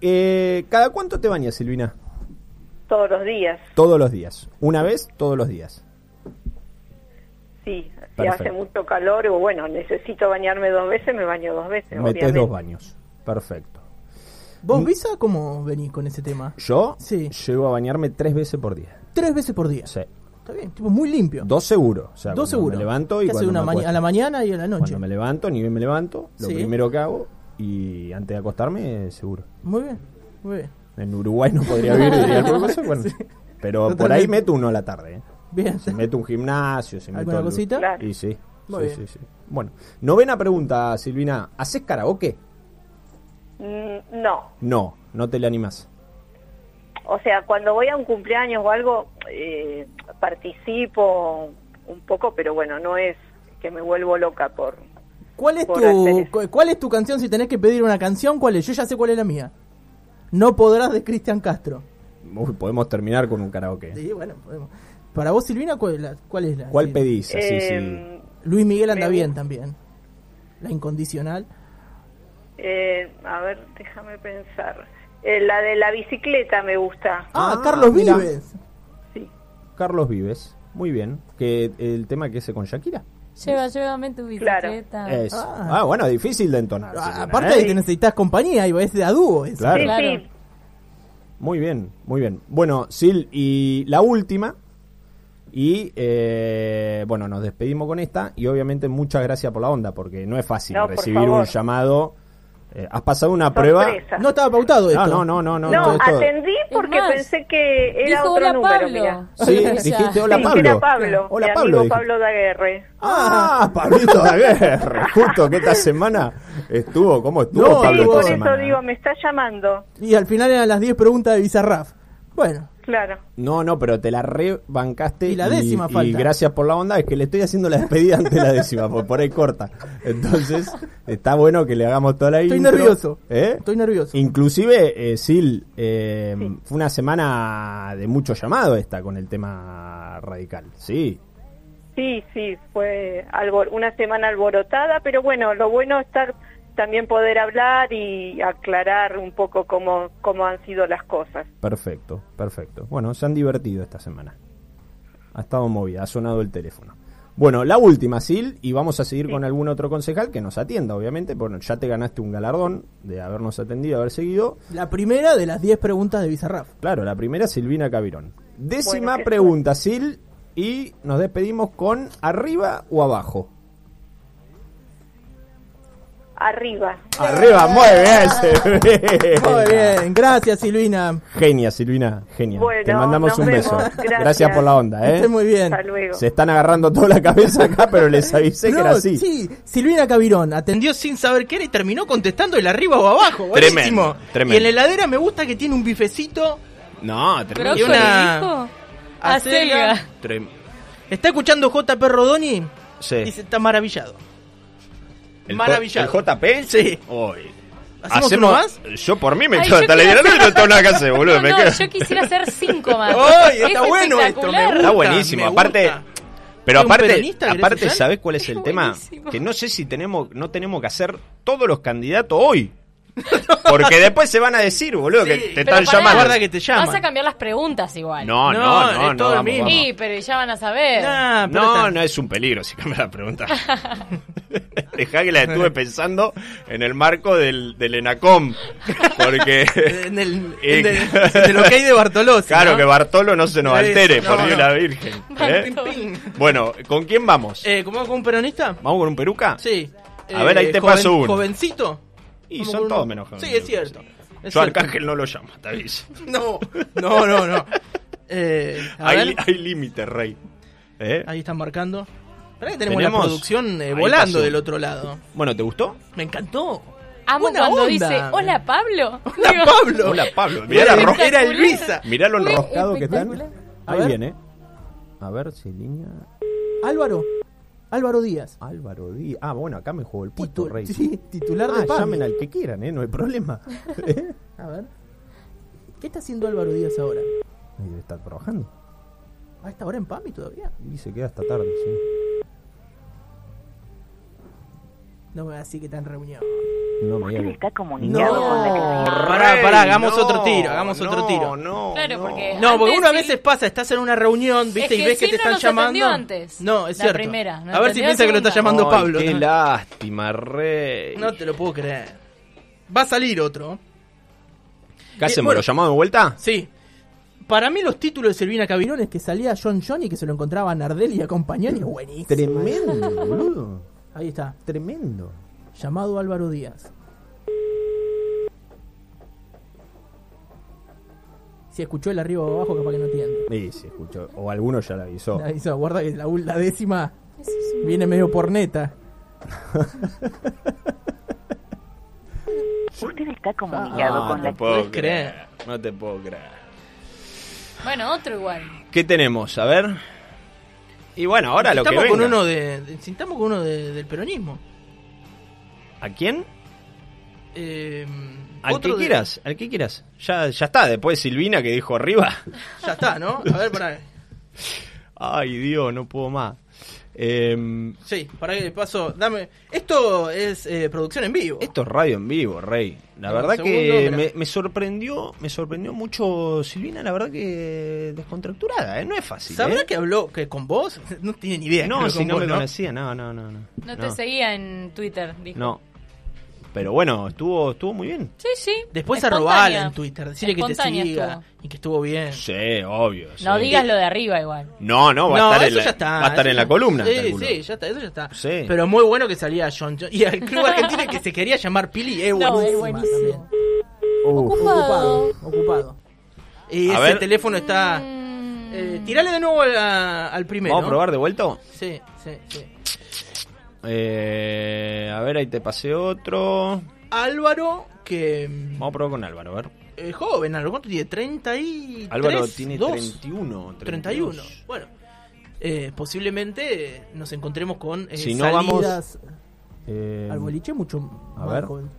Eh, ¿Cada cuánto te bañas, Silvina? Todos los días. Todos los días. Una vez, todos los días. Sí. Si Perfecto. hace mucho calor o bueno, necesito bañarme dos veces, me baño dos veces. Metes Eh, obviamente. dos baños. Perfecto. ¿Vos, Mm. Visa, cómo venís con ese tema? Yo Sí. llego a bañarme tres veces por día. Tres veces por día. Sí. Está bien, tipo muy limpio. Dos seguro. O sea, Dos cuando seguro. Me levanto y ¿Qué hace cuando una me maña- acuesto. a la mañana y a la noche. Cuando me levanto, ni bien me levanto, lo Sí. primero que hago y antes de acostarme, seguro. Muy bien, muy bien. En Uruguay no podría vivir, diría el profesor, bueno. Pero por ahí Totalmente. meto uno a la tarde. ¿eh? Bien. Se mete un gimnasio, se mete ¿Alguna cosita? Claro. Y sí. Muy sí, bien. sí, sí. Bueno, novena pregunta, Silvina. ¿Haces karaoke? Mm, No. No, no te le animás. O sea, cuando voy a un cumpleaños o algo, eh, participo un poco, pero bueno, no es que me vuelvo loca por... ¿Cuál es Por hacer tu eso. cu- cuál es tu canción si tenés que pedir una canción? ¿Cuál es? Yo ya sé cuál es la mía. No podrás de Cristian Castro. Uy, podemos terminar con un karaoke. Sí, bueno, podemos. Para vos, Silvina, ¿cuál, es la- cuál es la? ¿Cuál sí. pedís? Así, sí. Eh, Luis Miguel anda Me bien también. La incondicional. eh, a ver, déjame pensar. Eh, la de la bicicleta me gusta. Ah, Ah, Carlos mira. Vives. Sí. Carlos Vives. Muy bien. que ¿El tema que hice con Shakira? Lleva, llévame tu Claro. bicicleta. Es- Ah. Ah. bueno, difícil de entonar. Ah, Silvina, aparte ¿eh? de que necesitas compañía, y es de a dúo. esa. Claro. Sí, Claro. sí. Muy bien, muy bien. Bueno, Sil, y la última. Y eh, bueno, nos despedimos con esta. Y obviamente, muchas gracias por la onda, porque no es fácil No, por recibir favor. un llamado. Eh, ¿Has pasado una prueba? Sorpresa. No estaba pautado esto. No, no, no, no. No, no, todo esto- atendí Es porque más, pensé que era Dijo otro hola número, Pablo. mirá. Sí, O sea, dijiste hola Sí, Pablo. era Pablo, Hola mi Pablo. amigo dije. Pablo Daguerre. Ah, Pablito Daguerre. Justo que esta semana estuvo. ¿Cómo estuvo No, Oh, Pablo sí, esta por eso semana? digo, me está llamando. Y al final eran las 10 preguntas de Bizarraf. Bueno, Claro. No, no, pero te la rebancaste. Y la décima falta. Y gracias por la onda. Es que le estoy haciendo la despedida antes de la décima, porque por ahí corta. Entonces, está bueno que le hagamos toda la estoy intro. nervioso. ¿Eh? Estoy nervioso. Inclusive, eh, Sil, eh, Sí. fue una semana de mucho llamado esta con el tema radical. Sí. Sí, sí, fue algo, una semana alborotada, pero bueno, lo bueno es estar también poder hablar y aclarar un poco cómo, cómo han sido las cosas. Perfecto, perfecto. Bueno, se han divertido esta semana. Ha estado movida, ha sonado el teléfono. Bueno, la última, Sil, y vamos a seguir con algún otro concejal que nos atienda, obviamente. Bueno, ya te ganaste un galardón de habernos atendido, haber seguido. La primera de las 10 preguntas de Bizarraf. Claro, la primera, Silvina Cabirón. Décima Bueno, qué pregunta, Sil, y nos despedimos con arriba o abajo. Arriba. Arriba, muy bien, ¿Eh? Silvina. Muy bien, gracias Silvina. Genia, Silvina, genia. Bueno, te mandamos nos un beso. vemos. Gracias. por la onda, Que ¿eh? estés muy bien. Hasta luego. Se están agarrando toda la cabeza acá, pero les avisé que No, era así. Sí, Silvina Cabirón atendió sin saber qué era y terminó contestando el arriba o abajo. Buenísimo. Tremendo, tremendo. Y en la heladera me gusta que tiene un bifecito. No, tremendo. ¿Brócoli una- dijo? acelga. Acelga. Trem- Está escuchando JP Rodoni Sí. y se está maravillado. El maravillado. J- ¿El JP? Sí. Hoy. ¿Hacemos uno más? Yo por mí me Ay, echo yo hasta la quiero diana y no hacer- tengo nada que hacer, boludo. No, me no, quedo- yo quisiera hacer cinco más. ¡Ay, Es está bueno esto! Me espectacular. gusta, Está buenísimo. me Aparte, gusta. pero ¿Es un aparte, peronista, Grecia aparte Social? ¿sabés cuál es el Es tema? buenísimo. Que no sé si tenemos no tenemos que hacer todos los candidatos hoy. Porque después se van a decir, boludo, que te Pero están pará, llamando. Guarda que te llaman. Vas a cambiar las preguntas igual. No, no, No, no, es no, todo el vamos, mismo. vamos. Sí, pero ya van a saber. Nah, Ah, pero No, está- no es un peligro, si cambia la pregunta. Dejá que la estuve pensando en el marco del, del Enacom. Porque. En el, Eh, en el- de lo que hay de Bartolozzi. Claro, ¿no? que Bartolo no se nos Sí, altere, no, por Dios no. y la Virgen. ¿eh? Bartolo. Bueno, ¿con quién vamos? Eh, ¿Cómo con un peronista? ¿Vamos con un peruca? Sí. Eh, A ver, ahí te paso uno. ¿Jovencito? Y Vamos son con uno. todos menos jóvenes. Sí, es cierto. Es Yo a cierto. Arcángel no lo llamo, te aviso. No, no, no, no. Eh, a Hay, ver, hay límite, rey. ¿Eh? ahí están marcando. Pará que tenemos, Tenemos- la producción eh, ahí volando pasó. del otro lado. Bueno, ¿te gustó? Me encantó. Amo Buena cuando onda. dice, hola Pablo. Hola, Pablo. Hola, Pablo. Mirá, Era, la Espectacular. ro- era el Visa. mirá lo Fue enroscado. Pescado que están. espectacular. A Ahí ver. viene. A ver si línea. Álvaro. Álvaro Díaz. Álvaro Díaz. Ah, bueno, acá me jugó el puesto, Titu- Rey. sí, titular Ah, de PAMI. llamen al que quieran, ¿eh? No hay problema. A ver. ¿Qué está haciendo Álvaro Díaz ahora? Y debe estar trabajando. ¿A esta hora en PAMI todavía? Y se queda hasta tarde, sí. No me va a decir que está en reunión. No me diga que- Pará, pará, hagamos no, otro tiro, hagamos no, otro tiro. No, Claro, no. porque- No, porque Antes uno a sí. veces pasa, estás en una reunión, viste, Es y que ves que sí te no están nos atendió llamando. antes. No, es La cierto. primera, nos a ver si atendió la piensa que lo está segunda. Ay, llamando Pablo. Qué ¿no? lástima, Rey. No te lo puedo creer. Va a salir otro. ¿Qué hacemos? bueno. ¿Lo llamamos de vuelta? Sí. Para mí los títulos de Silvina Cabirón es que salía John Johnny que se lo encontraba a Nardelli y a Compañoni. Buenísimo. Tremendo, boludo. Ahí está. Tremendo. Llamado Álvaro Díaz. Si escuchó el arriba o abajo, capaz que no entiende. Y se escuchó. O alguno ya la avisó. Ahí se guarda que la, la décima viene medio porneta. Ah, no te puedo creer. No te puedo creer. Bueno, otro igual. ¿Qué tenemos? A ver. Y bueno, ahora lo que Estamos con venga. uno de, de- sintamos con uno de- del peronismo. ¿A quién? Eh, Al otro que de- quieras, al que quieras. Ya, ya está, después Silvina que dijo arriba. Ya está, ¿no? A ver, pará. Ay, Dios, no puedo más. Em, Sí, para que paso, dame. Esto es eh, producción en vivo. esto es radio en vivo, Rey. La Un verdad segundo, que pero- me, me sorprendió, me sorprendió mucho Silvina, la verdad que descontracturada, ¿eh? no es fácil. ¿Sabrá ¿eh? que habló que con vos? No tiene ni idea. No, creo, si con no vos, me conocía, no, no, no. No, No, te seguía en Twitter, dijo. No. Pero bueno, estuvo, estuvo muy bien. Sí, sí. Después Espontánea. arrobala en Twitter, decirle que te Espontánea siga estuvo. y que estuvo bien. Sí, obvio. No sí. digas lo de arriba igual. No, no, va No, a estar, en eso la, ya está. va a estar eso en la ya- columna. Sí, calculo. sí, ya está, eso ya está. Sí. Pero muy bueno que salía John John. Y el club argentino que se quería llamar Pili es No, es buenísima también. buenísimo. Uf. Ocupado, ocupado. Y A ese ver. teléfono está. Mm. Eh, tirale de nuevo a- al primero. Vamos a probar de vuelta. Sí, sí, sí. Eh, a ver, ahí te pasé otro. Álvaro, que. mm, Vamos a probar con Álvaro, a ver. eh, joven, Álvaro, ¿cuánto tiene? 33. Álvaro tiene dos, 31. 31. 32. Bueno, eh, posiblemente eh, nos encontremos con eh, Si no salidas Eh, al boliche mucho a más ver. joven.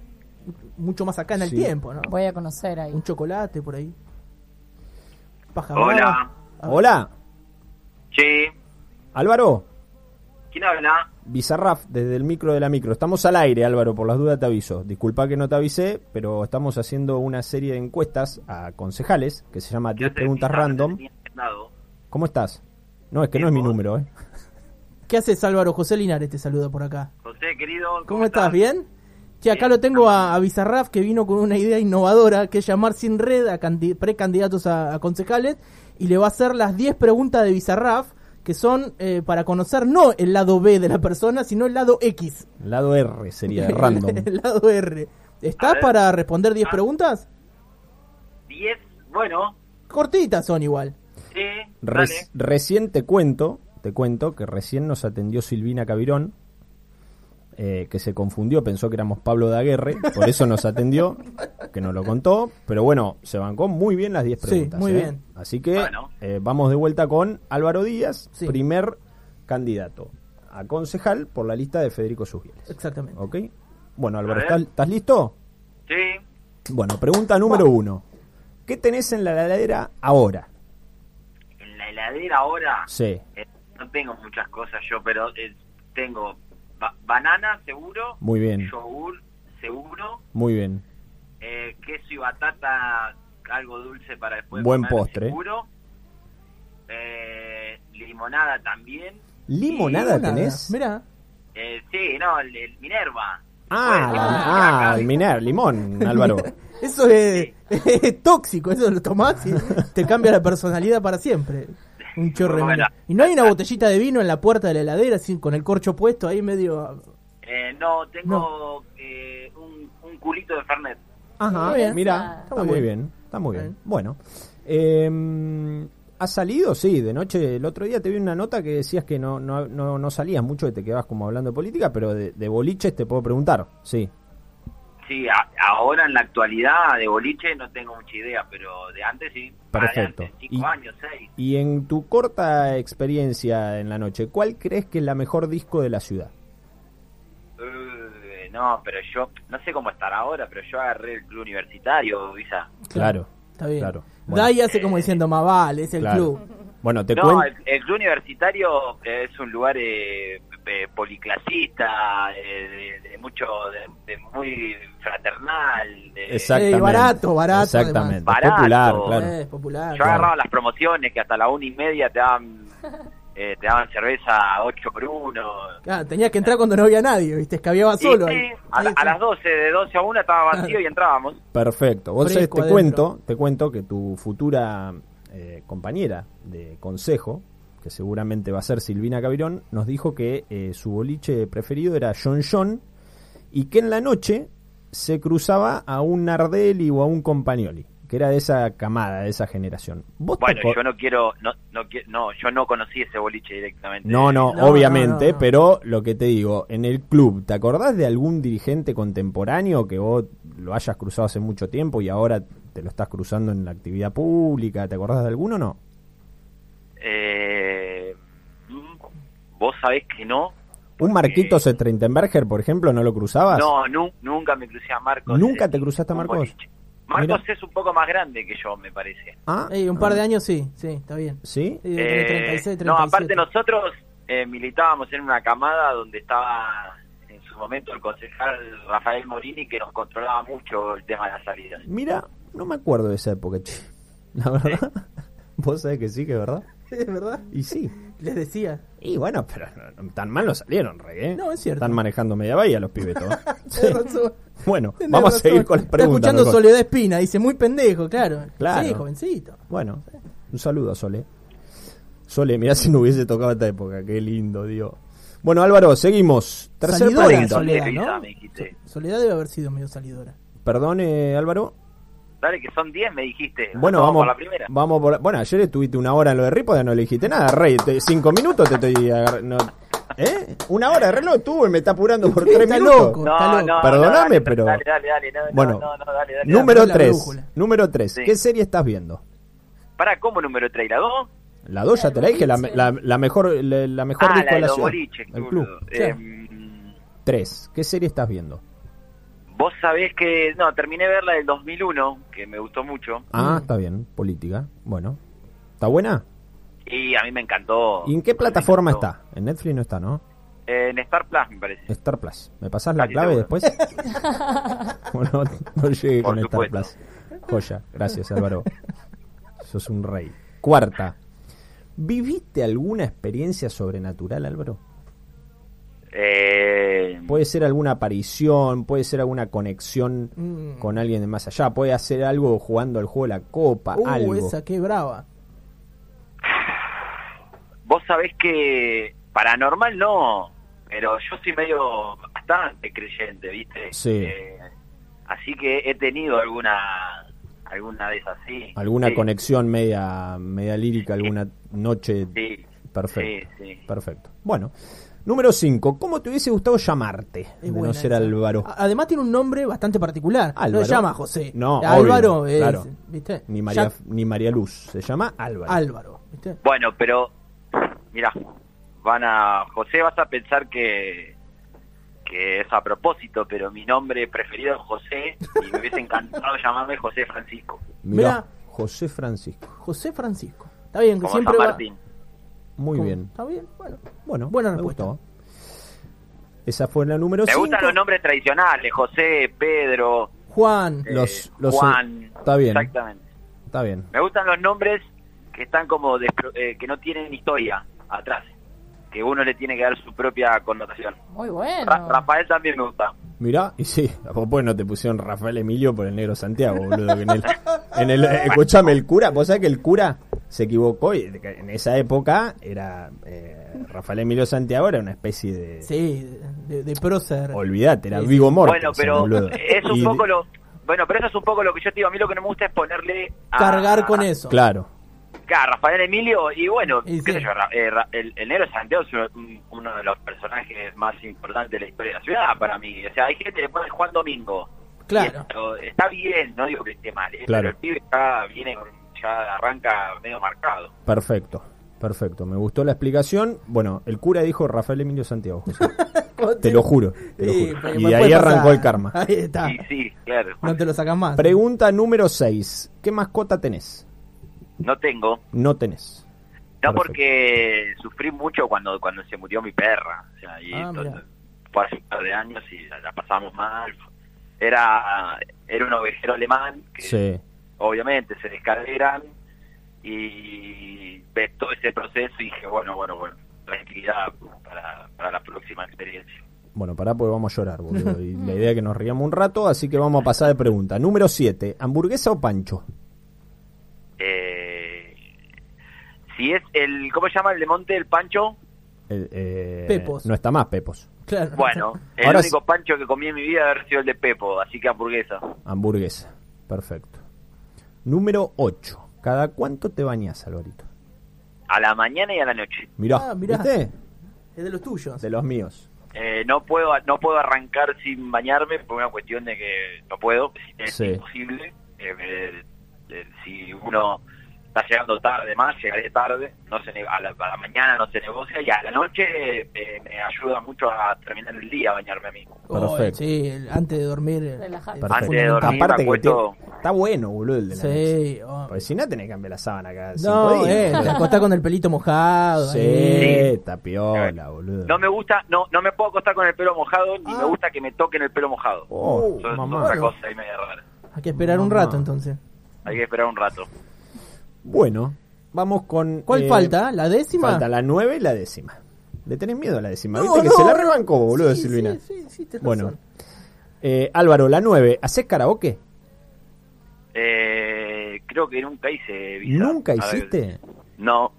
mucho más acá en el Sí. tiempo, ¿no? Voy a conocer ahí. Un chocolate por ahí. Paja Hola. brava. Hola, Che, Álvaro. ¿quién habla? Bizarraf, desde el micro de la micro. Estamos al aire, Álvaro, por las dudas te aviso. Disculpa que no te avisé, pero estamos haciendo una serie de encuestas a concejales que se llama 10 haces, preguntas Pizarro? random. Te tenía agendado. ¿Cómo estás? No, es que no es mi Bien, número, ¿eh? ¿Qué haces, Álvaro? José Linares te saluda por acá. José, querido. ¿cómo, ¿Cómo estás? ¿Bien? Che, acá lo tengo a, a Bizarraf que vino con una idea innovadora que es llamar sin red a candi- precandidatos a, a concejales y le va a hacer las 10 preguntas de Bizarraf que son eh, para conocer no el lado B de la persona, sino el lado X. Lado R sería, random. el lado R. ¿Estás A ver. para responder 10 preguntas? 10, bueno, Cortitas son igual. sí, Re- dale. recién te cuento, te cuento que recién nos atendió Silvina Cabirón, eh, que se confundió, pensó que éramos Pablo Daguerre, por eso nos atendió, que nos lo contó, pero bueno, se bancó muy bien las 10 Sí, preguntas. muy ¿eh? bien. Así que Bueno. eh, vamos de vuelta con Álvaro Díaz, Sí. primer candidato a concejal por la lista de Federico Subieles. Exactamente. ¿Ok? Bueno, Álvaro, ver. ¿estás estás listo? Sí, Bueno, pregunta número uno. ¿Qué tenés en la heladera ahora? en la heladera ahora Sí. eh, no tengo muchas cosas yo, pero eh, tengo ba- banana, seguro. Muy bien. Yogur, seguro. Muy bien. eh, queso y batata, algo dulce para después. Buen comer, postre. Seguro. Eh, limonada también. ¿Limonada Nada, tenés? Mirá. Eh, sí, no, el, el Minerva. Ah, la- ah, el minar, limón, Álvaro. Eso es, es tóxico, eso lo tomás y te cambia la personalidad para siempre. Un chorro de Bueno. mina. Y no hay una botellita de vino en la puerta de la heladera así, con el corcho puesto ahí medio... ah, Eh, no, tengo eh, un, un culito de Fernet. Ajá, Muy bien. Ah, mira, está Está muy bien. bien, está muy bien. Bien. Bueno, eh, ¿has salido? Sí, de noche, el otro día te vi una nota que decías que no, no, no, no salías mucho, que te quedabas como hablando de política, pero de, de boliches te puedo preguntar, sí. Sí, a- ahora en la actualidad de boliche no tengo mucha idea, pero de antes sí. Perfecto. Adelante, cinco Y- años, seis. Y en tu corta experiencia en la noche, ¿cuál crees que es la mejor disco de la ciudad? Eh, no, pero yo, no sé cómo estar ahora, pero yo agarré el club universitario, Visa. Claro. Está bien. Claro. Bueno. Dai hace como diciendo, más vale, es el Claro. club. Bueno, te No, cuento. el, el club universitario eh, es un lugar eh, eh, policlasista, eh, de, de mucho, de, de muy fraternal. de- Exactamente. Eh, barato, barato, Exactamente. además. Es Popular, Barato. claro. Eh, es popular. Yo agarraba las promociones que hasta la una y media te daban, eh, te daban cerveza 8 por 1. Claro, Ah, tenías que entrar cuando no había nadie, ¿viste? Escabeaba Sí, solo. sí, ahí. Este, A, la- Sí, a sí. las 12, de 12 a 1 estaba vacío y entrábamos. Perfecto. Vos sabés, Fresco te adentro. cuento, te cuento que tu futura eh, compañera de consejo, que seguramente va a ser Silvina Cabirón, nos dijo que eh, su boliche preferido era John John y que en la noche se cruzaba a un Nardelli o a un Compagnoli, que era de esa camada, de esa generación. ¿Vos te Bueno, aco- yo no quiero, no, no, qui- no, yo no conocí ese boliche directamente. No, no, Eh, No, obviamente, no, no, no. pero lo que te digo, en el club, ¿te acordás de algún dirigente contemporáneo que vos lo hayas cruzado hace mucho tiempo y ahora te lo estás cruzando en la actividad pública? ¿Te acordás de alguno o no? Eh, Vos sabés que no. ¿Un Porque- Marquitos Strentenberger, por ejemplo, no lo cruzabas? No, nu- nunca me crucé a Marcos. ¿Nunca en te cruzaste a un Marcos? boliche. Marcos Mirá. es un poco más grande que yo, me parece. Ah, Eh, un par de años sí, sí, está bien. ¿Sí? Sí, debe tener Eh, 36, no, 37. aparte nosotros eh, militábamos en una camada donde estaba en su momento el concejal Rafael Morini que nos controlaba mucho el tema de las salidas. Mira, no me acuerdo de esa época, che. La verdad. Vos sabés que sí, que es verdad. Es verdad, Y sí. les decía. Y bueno, pero no- no- tan mal no salieron, Rey, ¿eh? No, es cierto. Están manejando media bahía los pibes, todos. Tenés razón. Bueno, Tenés vamos a razón. seguir con las Está preguntas. escuchando mejor. Soledad Espina, dice, muy pendejo, claro. Claro. Sí, jovencito. Bueno, un saludo a Sole. Sole, mirá si no hubiese tocado esta época. Qué lindo, Dios. Bueno, Álvaro, seguimos. Tercer Salidora, pregunta. Sole. Soledad, Dale, ¿no? Visa, me dijiste. Soledad debe haber sido medio salidora. Perdón, eh, Álvaro. Dale, que son 10 me dijiste. Bueno, Eh, Vamos vamos. por la primera. vamos por- bueno, ayer estuviste una hora en lo de Ripoda, no le dijiste nada, Rey. te- cinco minutos te estoy agarra- no- ¿Eh? Una hora de reloj tuvo y me está apurando por tres Está minutos. loco. está loco. Perdóname, dale, pero- Dale, dale, dale. No, no, Bueno, no, no, dale, dale, número dale la tres. brújula. Número tres. Sí. ¿Qué serie estás viendo? ¿Para cómo número 3? ¿La 2? La dos ya te la dije, la, la- la mejor, la, la mejor ah, disco la de de la los ciudad. boliches, el boludo. club. Eh, Tres. ¿Qué serie estás viendo? Vos sabés que... No, terminé de ver la del 2001, que me gustó mucho. Mm. Ah, está bien, política. Bueno. ¿Está buena? Y a mí me encantó. ¿Y en qué Me plataforma encantó. está? En Netflix no está, ¿no? En Star Plus, me parece. Star Plus. ¿Me pasás la Casi clave seguro. después? Bueno, no llegué Por con Star supuesto. Plus. Joya. Gracias, Álvaro. Sos un rey. Cuarta. ¿Viviste alguna experiencia sobrenatural, Álvaro? Eh, Puede ser alguna aparición, puede ser alguna conexión Mm. con alguien de más allá, puede hacer algo jugando al juego de la copa, Uh, Ah, algo. esa, qué brava. vos sabés que paranormal no, pero yo soy medio bastante creyente, ¿viste? Sí. Eh, así que he tenido alguna alguna de esas, sí. Alguna Sí, conexión media, media lírica, alguna noche. Sí. Perfecto. Sí, sí. Perfecto. Bueno, número 5. ¿Cómo te hubiese gustado llamarte? Es de buena no ser esa. Álvaro. A- Además tiene un nombre bastante particular. No Álvaro. se llama José. No, Álvaro obvio, es, claro. ¿viste? Ni María, Ya- ni María Luz. Se llama Álvaro. Álvaro, ¿viste? Bueno, pero mira, van a José vas a pensar que que es a propósito, pero mi nombre preferido es José y me hubiese encantado llamarme José Francisco, Mirá, Mirá. José Francisco. José Francisco. Está bien, que como San siempre va... Martín. Muy ¿Cómo? bien. Está bien, bueno. Bueno, Buena me respuesta. gustó. Esa fue la número Me 5. gustan los nombres tradicionales, José, Pedro, Juan, eh, Los- los- Juan. está bien. Exactamente. Está bien. Me gustan los nombres que están como despro- eh, que no tienen historia atrás, que uno le tiene que dar su propia connotación. Muy bueno. Ra- Rafael también me gusta. Mirá, y sí, pues no te pusieron Rafael Emilio por el negro Santiago, boludo. que en el, en el- eh, escuchame, el cura, vos sabés que el cura se equivocó y de que en esa época era eh, Rafael Emilio Santiago, era una especie de. sí, de, de- de prócer. Olvídate, era Sí, sí. Vigo Bueno, Mortensen, pero boludo. es un Y- poco lo bueno, pero eso es un poco lo que yo te digo. A mí lo que no me gusta es ponerle a, Cargar con Ah, eso. Claro, a Rafael Emilio y bueno, Y qué sí. sé yo, Ra- eh, Ra- el, el negro Santiago es un- uno de los personajes más importantes de la historia de la ciudad para mí. O sea, hay gente que le pone Juan Domingo. Claro. Pero está bien, no digo que esté mal, ¿eh? Claro. pero el pibe ya viene, con- ya arranca medio marcado. Perfecto, perfecto. Me gustó la explicación. Bueno, el cura dijo Rafael Emilio Santiago. José. te lo juro. te lo Sí, juro. porque Y me de ahí puede pasar. arrancó el karma. Ahí está. Sí, sí, claro. No te lo sacas más. Pregunta número 6. ¿Qué mascota tenés? No tengo. No tenés. No Perfecto. porque sufrí mucho cuando cuando se murió mi perra. O sea, y Ah, entonces, mirá. fue hace un par de años y la, la pasamos mal. Era, era un ovejero alemán que Sí. obviamente se descargan y ves todo ese proceso y dije, bueno, bueno, bueno, tranquilidad para, para la próxima experiencia. Bueno, pará porque vamos a llorar, boludo. Y la idea es que nos riamos un rato, así que vamos a pasar de pregunta. Número 7. ¿Hamburguesa o pancho? Eh, si es el, ¿cómo se llama el de Monte del Pancho? Eh, eh, Pepos. No está más Pepos. Claro. Bueno, el Ahora único pancho que comí en mi vida debe haber sido el de Pepo, así que hamburguesa. Hamburguesa. Perfecto. Número 8. ¿Cada cuánto te bañas, Alvarito? A la mañana y a la noche. Mirá, Ah, mirá. ¿viste? Es de los tuyos. De los míos. Eh, no puedo no puedo arrancar sin bañarme por una cuestión de que no puedo, es Sí. imposible. Eh, eh, eh, si uno está llegando tarde más, llegaré tarde, no se ne- a, la, a la mañana no se negocia y a la noche eh, me ayuda mucho a terminar el día a bañarme a mí. Oh, Perfecto. sí, el- antes de dormir. eh, Relajate. es Antes de fundamental. dormir. Aparte me que acuesto- tiene- está bueno, boludo, el de la mesa. Sí. oh. Porque si no, tenés que cambiar la sábana cada No, cinco eh, días. te acostás con el pelito mojado. eh, ahí. Sí, tapiola, boludo. Eh, No me gusta, no no me puedo acostar con el pelo mojado ni Ah. me gusta que me toquen el pelo mojado. Oh, Eso es mamá. otra cosa ahí media rara. Hay que esperar un Mamá. rato entonces. Hay que esperar un rato. Bueno, vamos con... ¿Cuál eh, falta? ¿La décima? Falta la nueve y la décima. Le tenés miedo a la décima. No, Viste que no, se la no. rebancó, boludo, Sí, Silvina. sí, sí, sí, tenés bueno. razón. Eh, Álvaro, la nueve. ¿Haces karaoke? Eh, creo que nunca hice visa. ¿Nunca A ver, hiciste? No.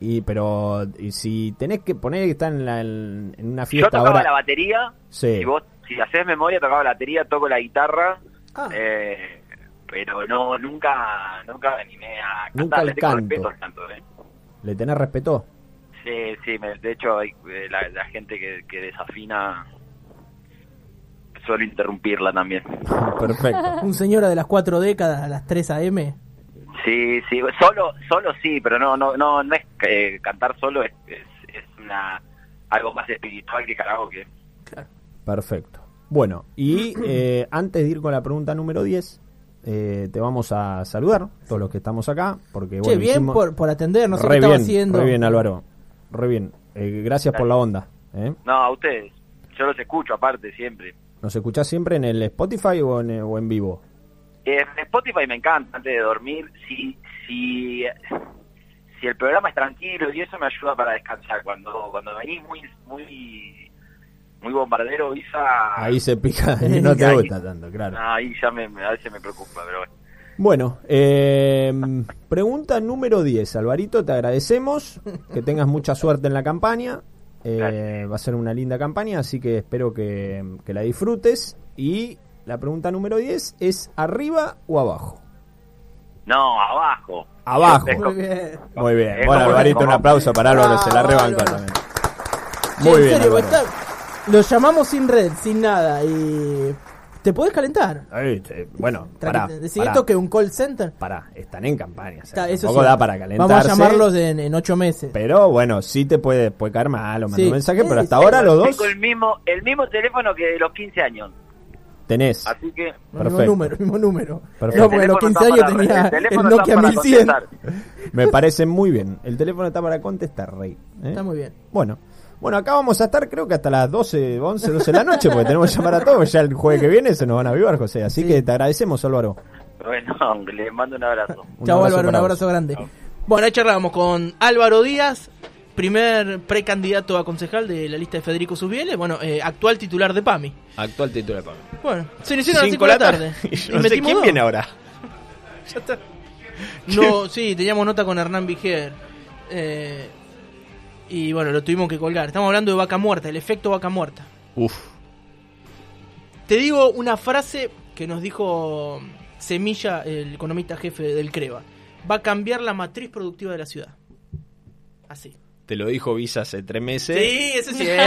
Y pero y si tenés que poner que está en, la- en una Yo fiesta tocaba ahora... la batería. Sí. Si vos, si haces memoria, tocaba la batería, toco la guitarra. Ah. eh, pero no, nunca, nunca me animé a cantar. Nunca le al tengo canto. respeto al canto, eh. ¿Le tenés respeto? Sí, sí, me- de hecho, hay, eh, la, la gente que, que desafina suelo interrumpirla también. Perfecto. Un señora de las cuatro décadas a las 3 a.m. Eh, Sí, sí, solo, solo sí, pero no, no, no, no es eh, cantar solo, es, es- es una algo más espiritual que karaoke. Perfecto. Bueno, y eh, antes de ir con la pregunta número 10, eh, te vamos a saludar, todos los que estamos acá, porque Che, bueno, bien hicimos- por, por atender, no sé re qué estaba bien, haciendo. Re bien, Álvaro. Re bien. Eh, gracias por la onda. ¿eh? No, a ustedes, yo los escucho aparte siempre. ¿Nos escuchás siempre en el Spotify o en, o en vivo? Eh, Spotify me encanta antes de dormir. Si, si, si el programa es tranquilo y eso me ayuda para descansar. Cuando cuando venís muy muy muy bombardero, Isa, Ahí se pica, que no te Ahí. gusta tanto, claro. ahí ya me, me- a veces me preocupa, pero bueno. Bueno, eh, pregunta número 10. Alvarito, te agradecemos. Que tengas mucha suerte en la campaña. Eh, va a ser una linda campaña, así que espero que, que la disfrutes. Y la pregunta número 10 es: ¿arriba o abajo? No, abajo. Abajo. Es Muy como- bien. Muy bien. Es Bueno, como- Alvarito, un como- aplauso para Álvaro. Se la Bravo, rebancó Álvaro. también. Che, Muy en bien, serio, Álvaro. está- lo llamamos sin red, sin nada y te podés calentar. Ahí, eh, Bueno, Tranqui- pará. Decí pará, esto que un call center. pará, están en campaña. o sea, Está, eso tampoco sí. da para calentarse. Vamos a llamarlos en, en ocho meses. Pero bueno, sí te puede, puede caer mal o mandar Sí. un mensaje, pero Sí, hasta sí. ahora los dos Tengo el mismo, el mismo teléfono que de los 15 años. tenés. Ah. Así que. El mismo perfecto. número, el mismo número. Perfecto. No, porque a los teléfono 15 está años para- tenía el el, teléfono está Nokia para 1100. contestar. Me parece muy bien. El teléfono está para contestar, Rey. ¿eh? Está muy bien. Bueno. Bueno, acá vamos a estar creo que hasta las 12, 11, 12 de la noche, porque tenemos que llamar a todos, ya el jueves que viene se nos van a avivar, José. Así que te agradecemos, Álvaro. Bueno, les mando un abrazo. Un Chau Álvaro, un para abrazo vos. grande. Bueno, ahí charlábamos con Álvaro Díaz, primer precandidato a concejal de la lista de Federico Subiele, bueno, eh, actual titular de PAMI. Actual título de Pablo. Bueno, se inició a las 5 Cinco de la la tarde. tarde. Y yo Y no sé metimos quién dos. viene ahora. No, sí, teníamos nota con Hernán Viger. eh, y bueno, lo tuvimos que colgar. Estamos hablando de vaca muerta, el efecto vaca muerta. Uf. Te digo una frase que nos dijo Semilla, el economista jefe del CREVA. Va a cambiar la matriz productiva de la ciudad. Así. Te lo dijo Visa hace tres meses. Sí, eso es ¿Eh? cierto.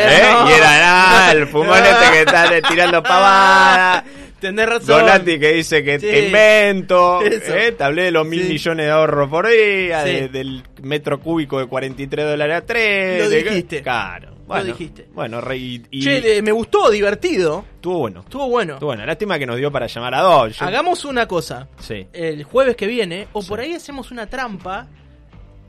Y era ah, el fumón este que está de- tirando pavada. Tenés razón. Dolati que dice que Sí. invento, Eso. eh, te hablé de los mil Sí. millones de ahorros por día, Sí. de- del metro cúbico de 43 dólares a 3. Lo de- dijiste. Claro. Bueno, dijiste. Bueno, re- y, y- Che, eh, me gustó, divertido. estuvo bueno. Estuvo bueno. Estuvo bueno. Lástima que nos dio para llamar a dos. Yo- Hagamos Eh, una cosa. Sí. El jueves que viene, o por ahí hacemos una trampa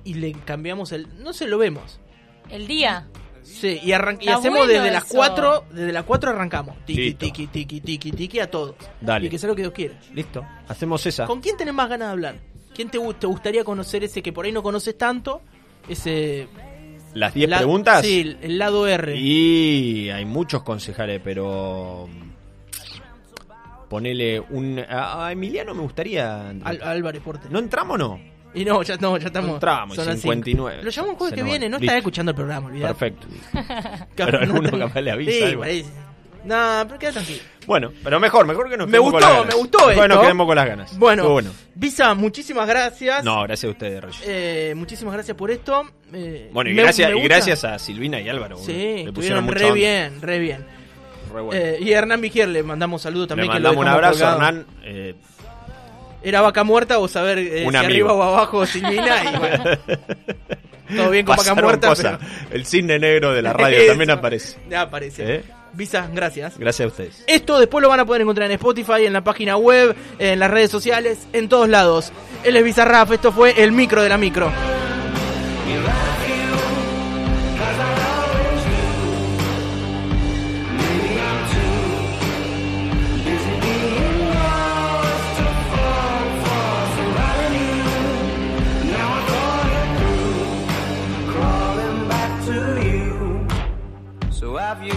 y le cambiamos el. No se lo vemos. El día. Sí, y, arran- y Está hacemos bueno desde las eso. 4, desde las 4 arrancamos. Tiki, Listo. tiki, tiki, tiki, tiki a todos. Dale. Y que sea lo que Dios quiera. Listo. Hacemos esa. ¿Con quién tenés más ganas de hablar? ¿Quién te, gu- te gustaría conocer ese que por ahí no conoces tanto? Ese... Las 10 la- preguntas. Sí, el, el lado R. Y hay muchos concejales, pero. mm, Ponele un. A, a Emiliano me gustaría. entrar. Al- Álvarez Porte. ¿No entramos o no? Y no, ya, no, ya estamos. No entramos, son las 59. cinco. Lo llamamos el Se jueves que nos va. viene, no Listo. estará escuchando el programa, olvidate. Perfecto. Pero alguno capaz le avisa Sí, algo. parece. No, pero queda tranquilo. Bueno, pero mejor, mejor que nos Me quedemos con gustó, las ganas. me gustó Mejor esto. nos quedemos con las ganas. Bueno, Estuvo bueno. Visa, muchísimas gracias. No, gracias a ustedes, Roger. Eh, muchísimas gracias por esto. Eh, Bueno, y me- gracias, me y gusta. gracias a Silvina y Álvaro. boludo. Sí, Le pusieron pusieron mucha re onda. bien, re bien. Re bueno. Eh, y a Hernán Vigier le mandamos saludos Le también. que lo mandamos un dejamos abrazo, colgado. Hernán. Eh, Era vaca muerta o saber eh, Un si amigo. arriba o abajo Silvina. Y bueno, todo bien con vaca pasaron muerta. cosas. El cisne negro de la radio Eso. también aparece. pero- Ya aparece. Eh, Visa, gracias. Gracias a ustedes. Esto después lo van a poder encontrar en Spotify, en la página web, en las redes sociales, en todos lados. Él es Bizarrap, esto fue el micro de la micro. So have you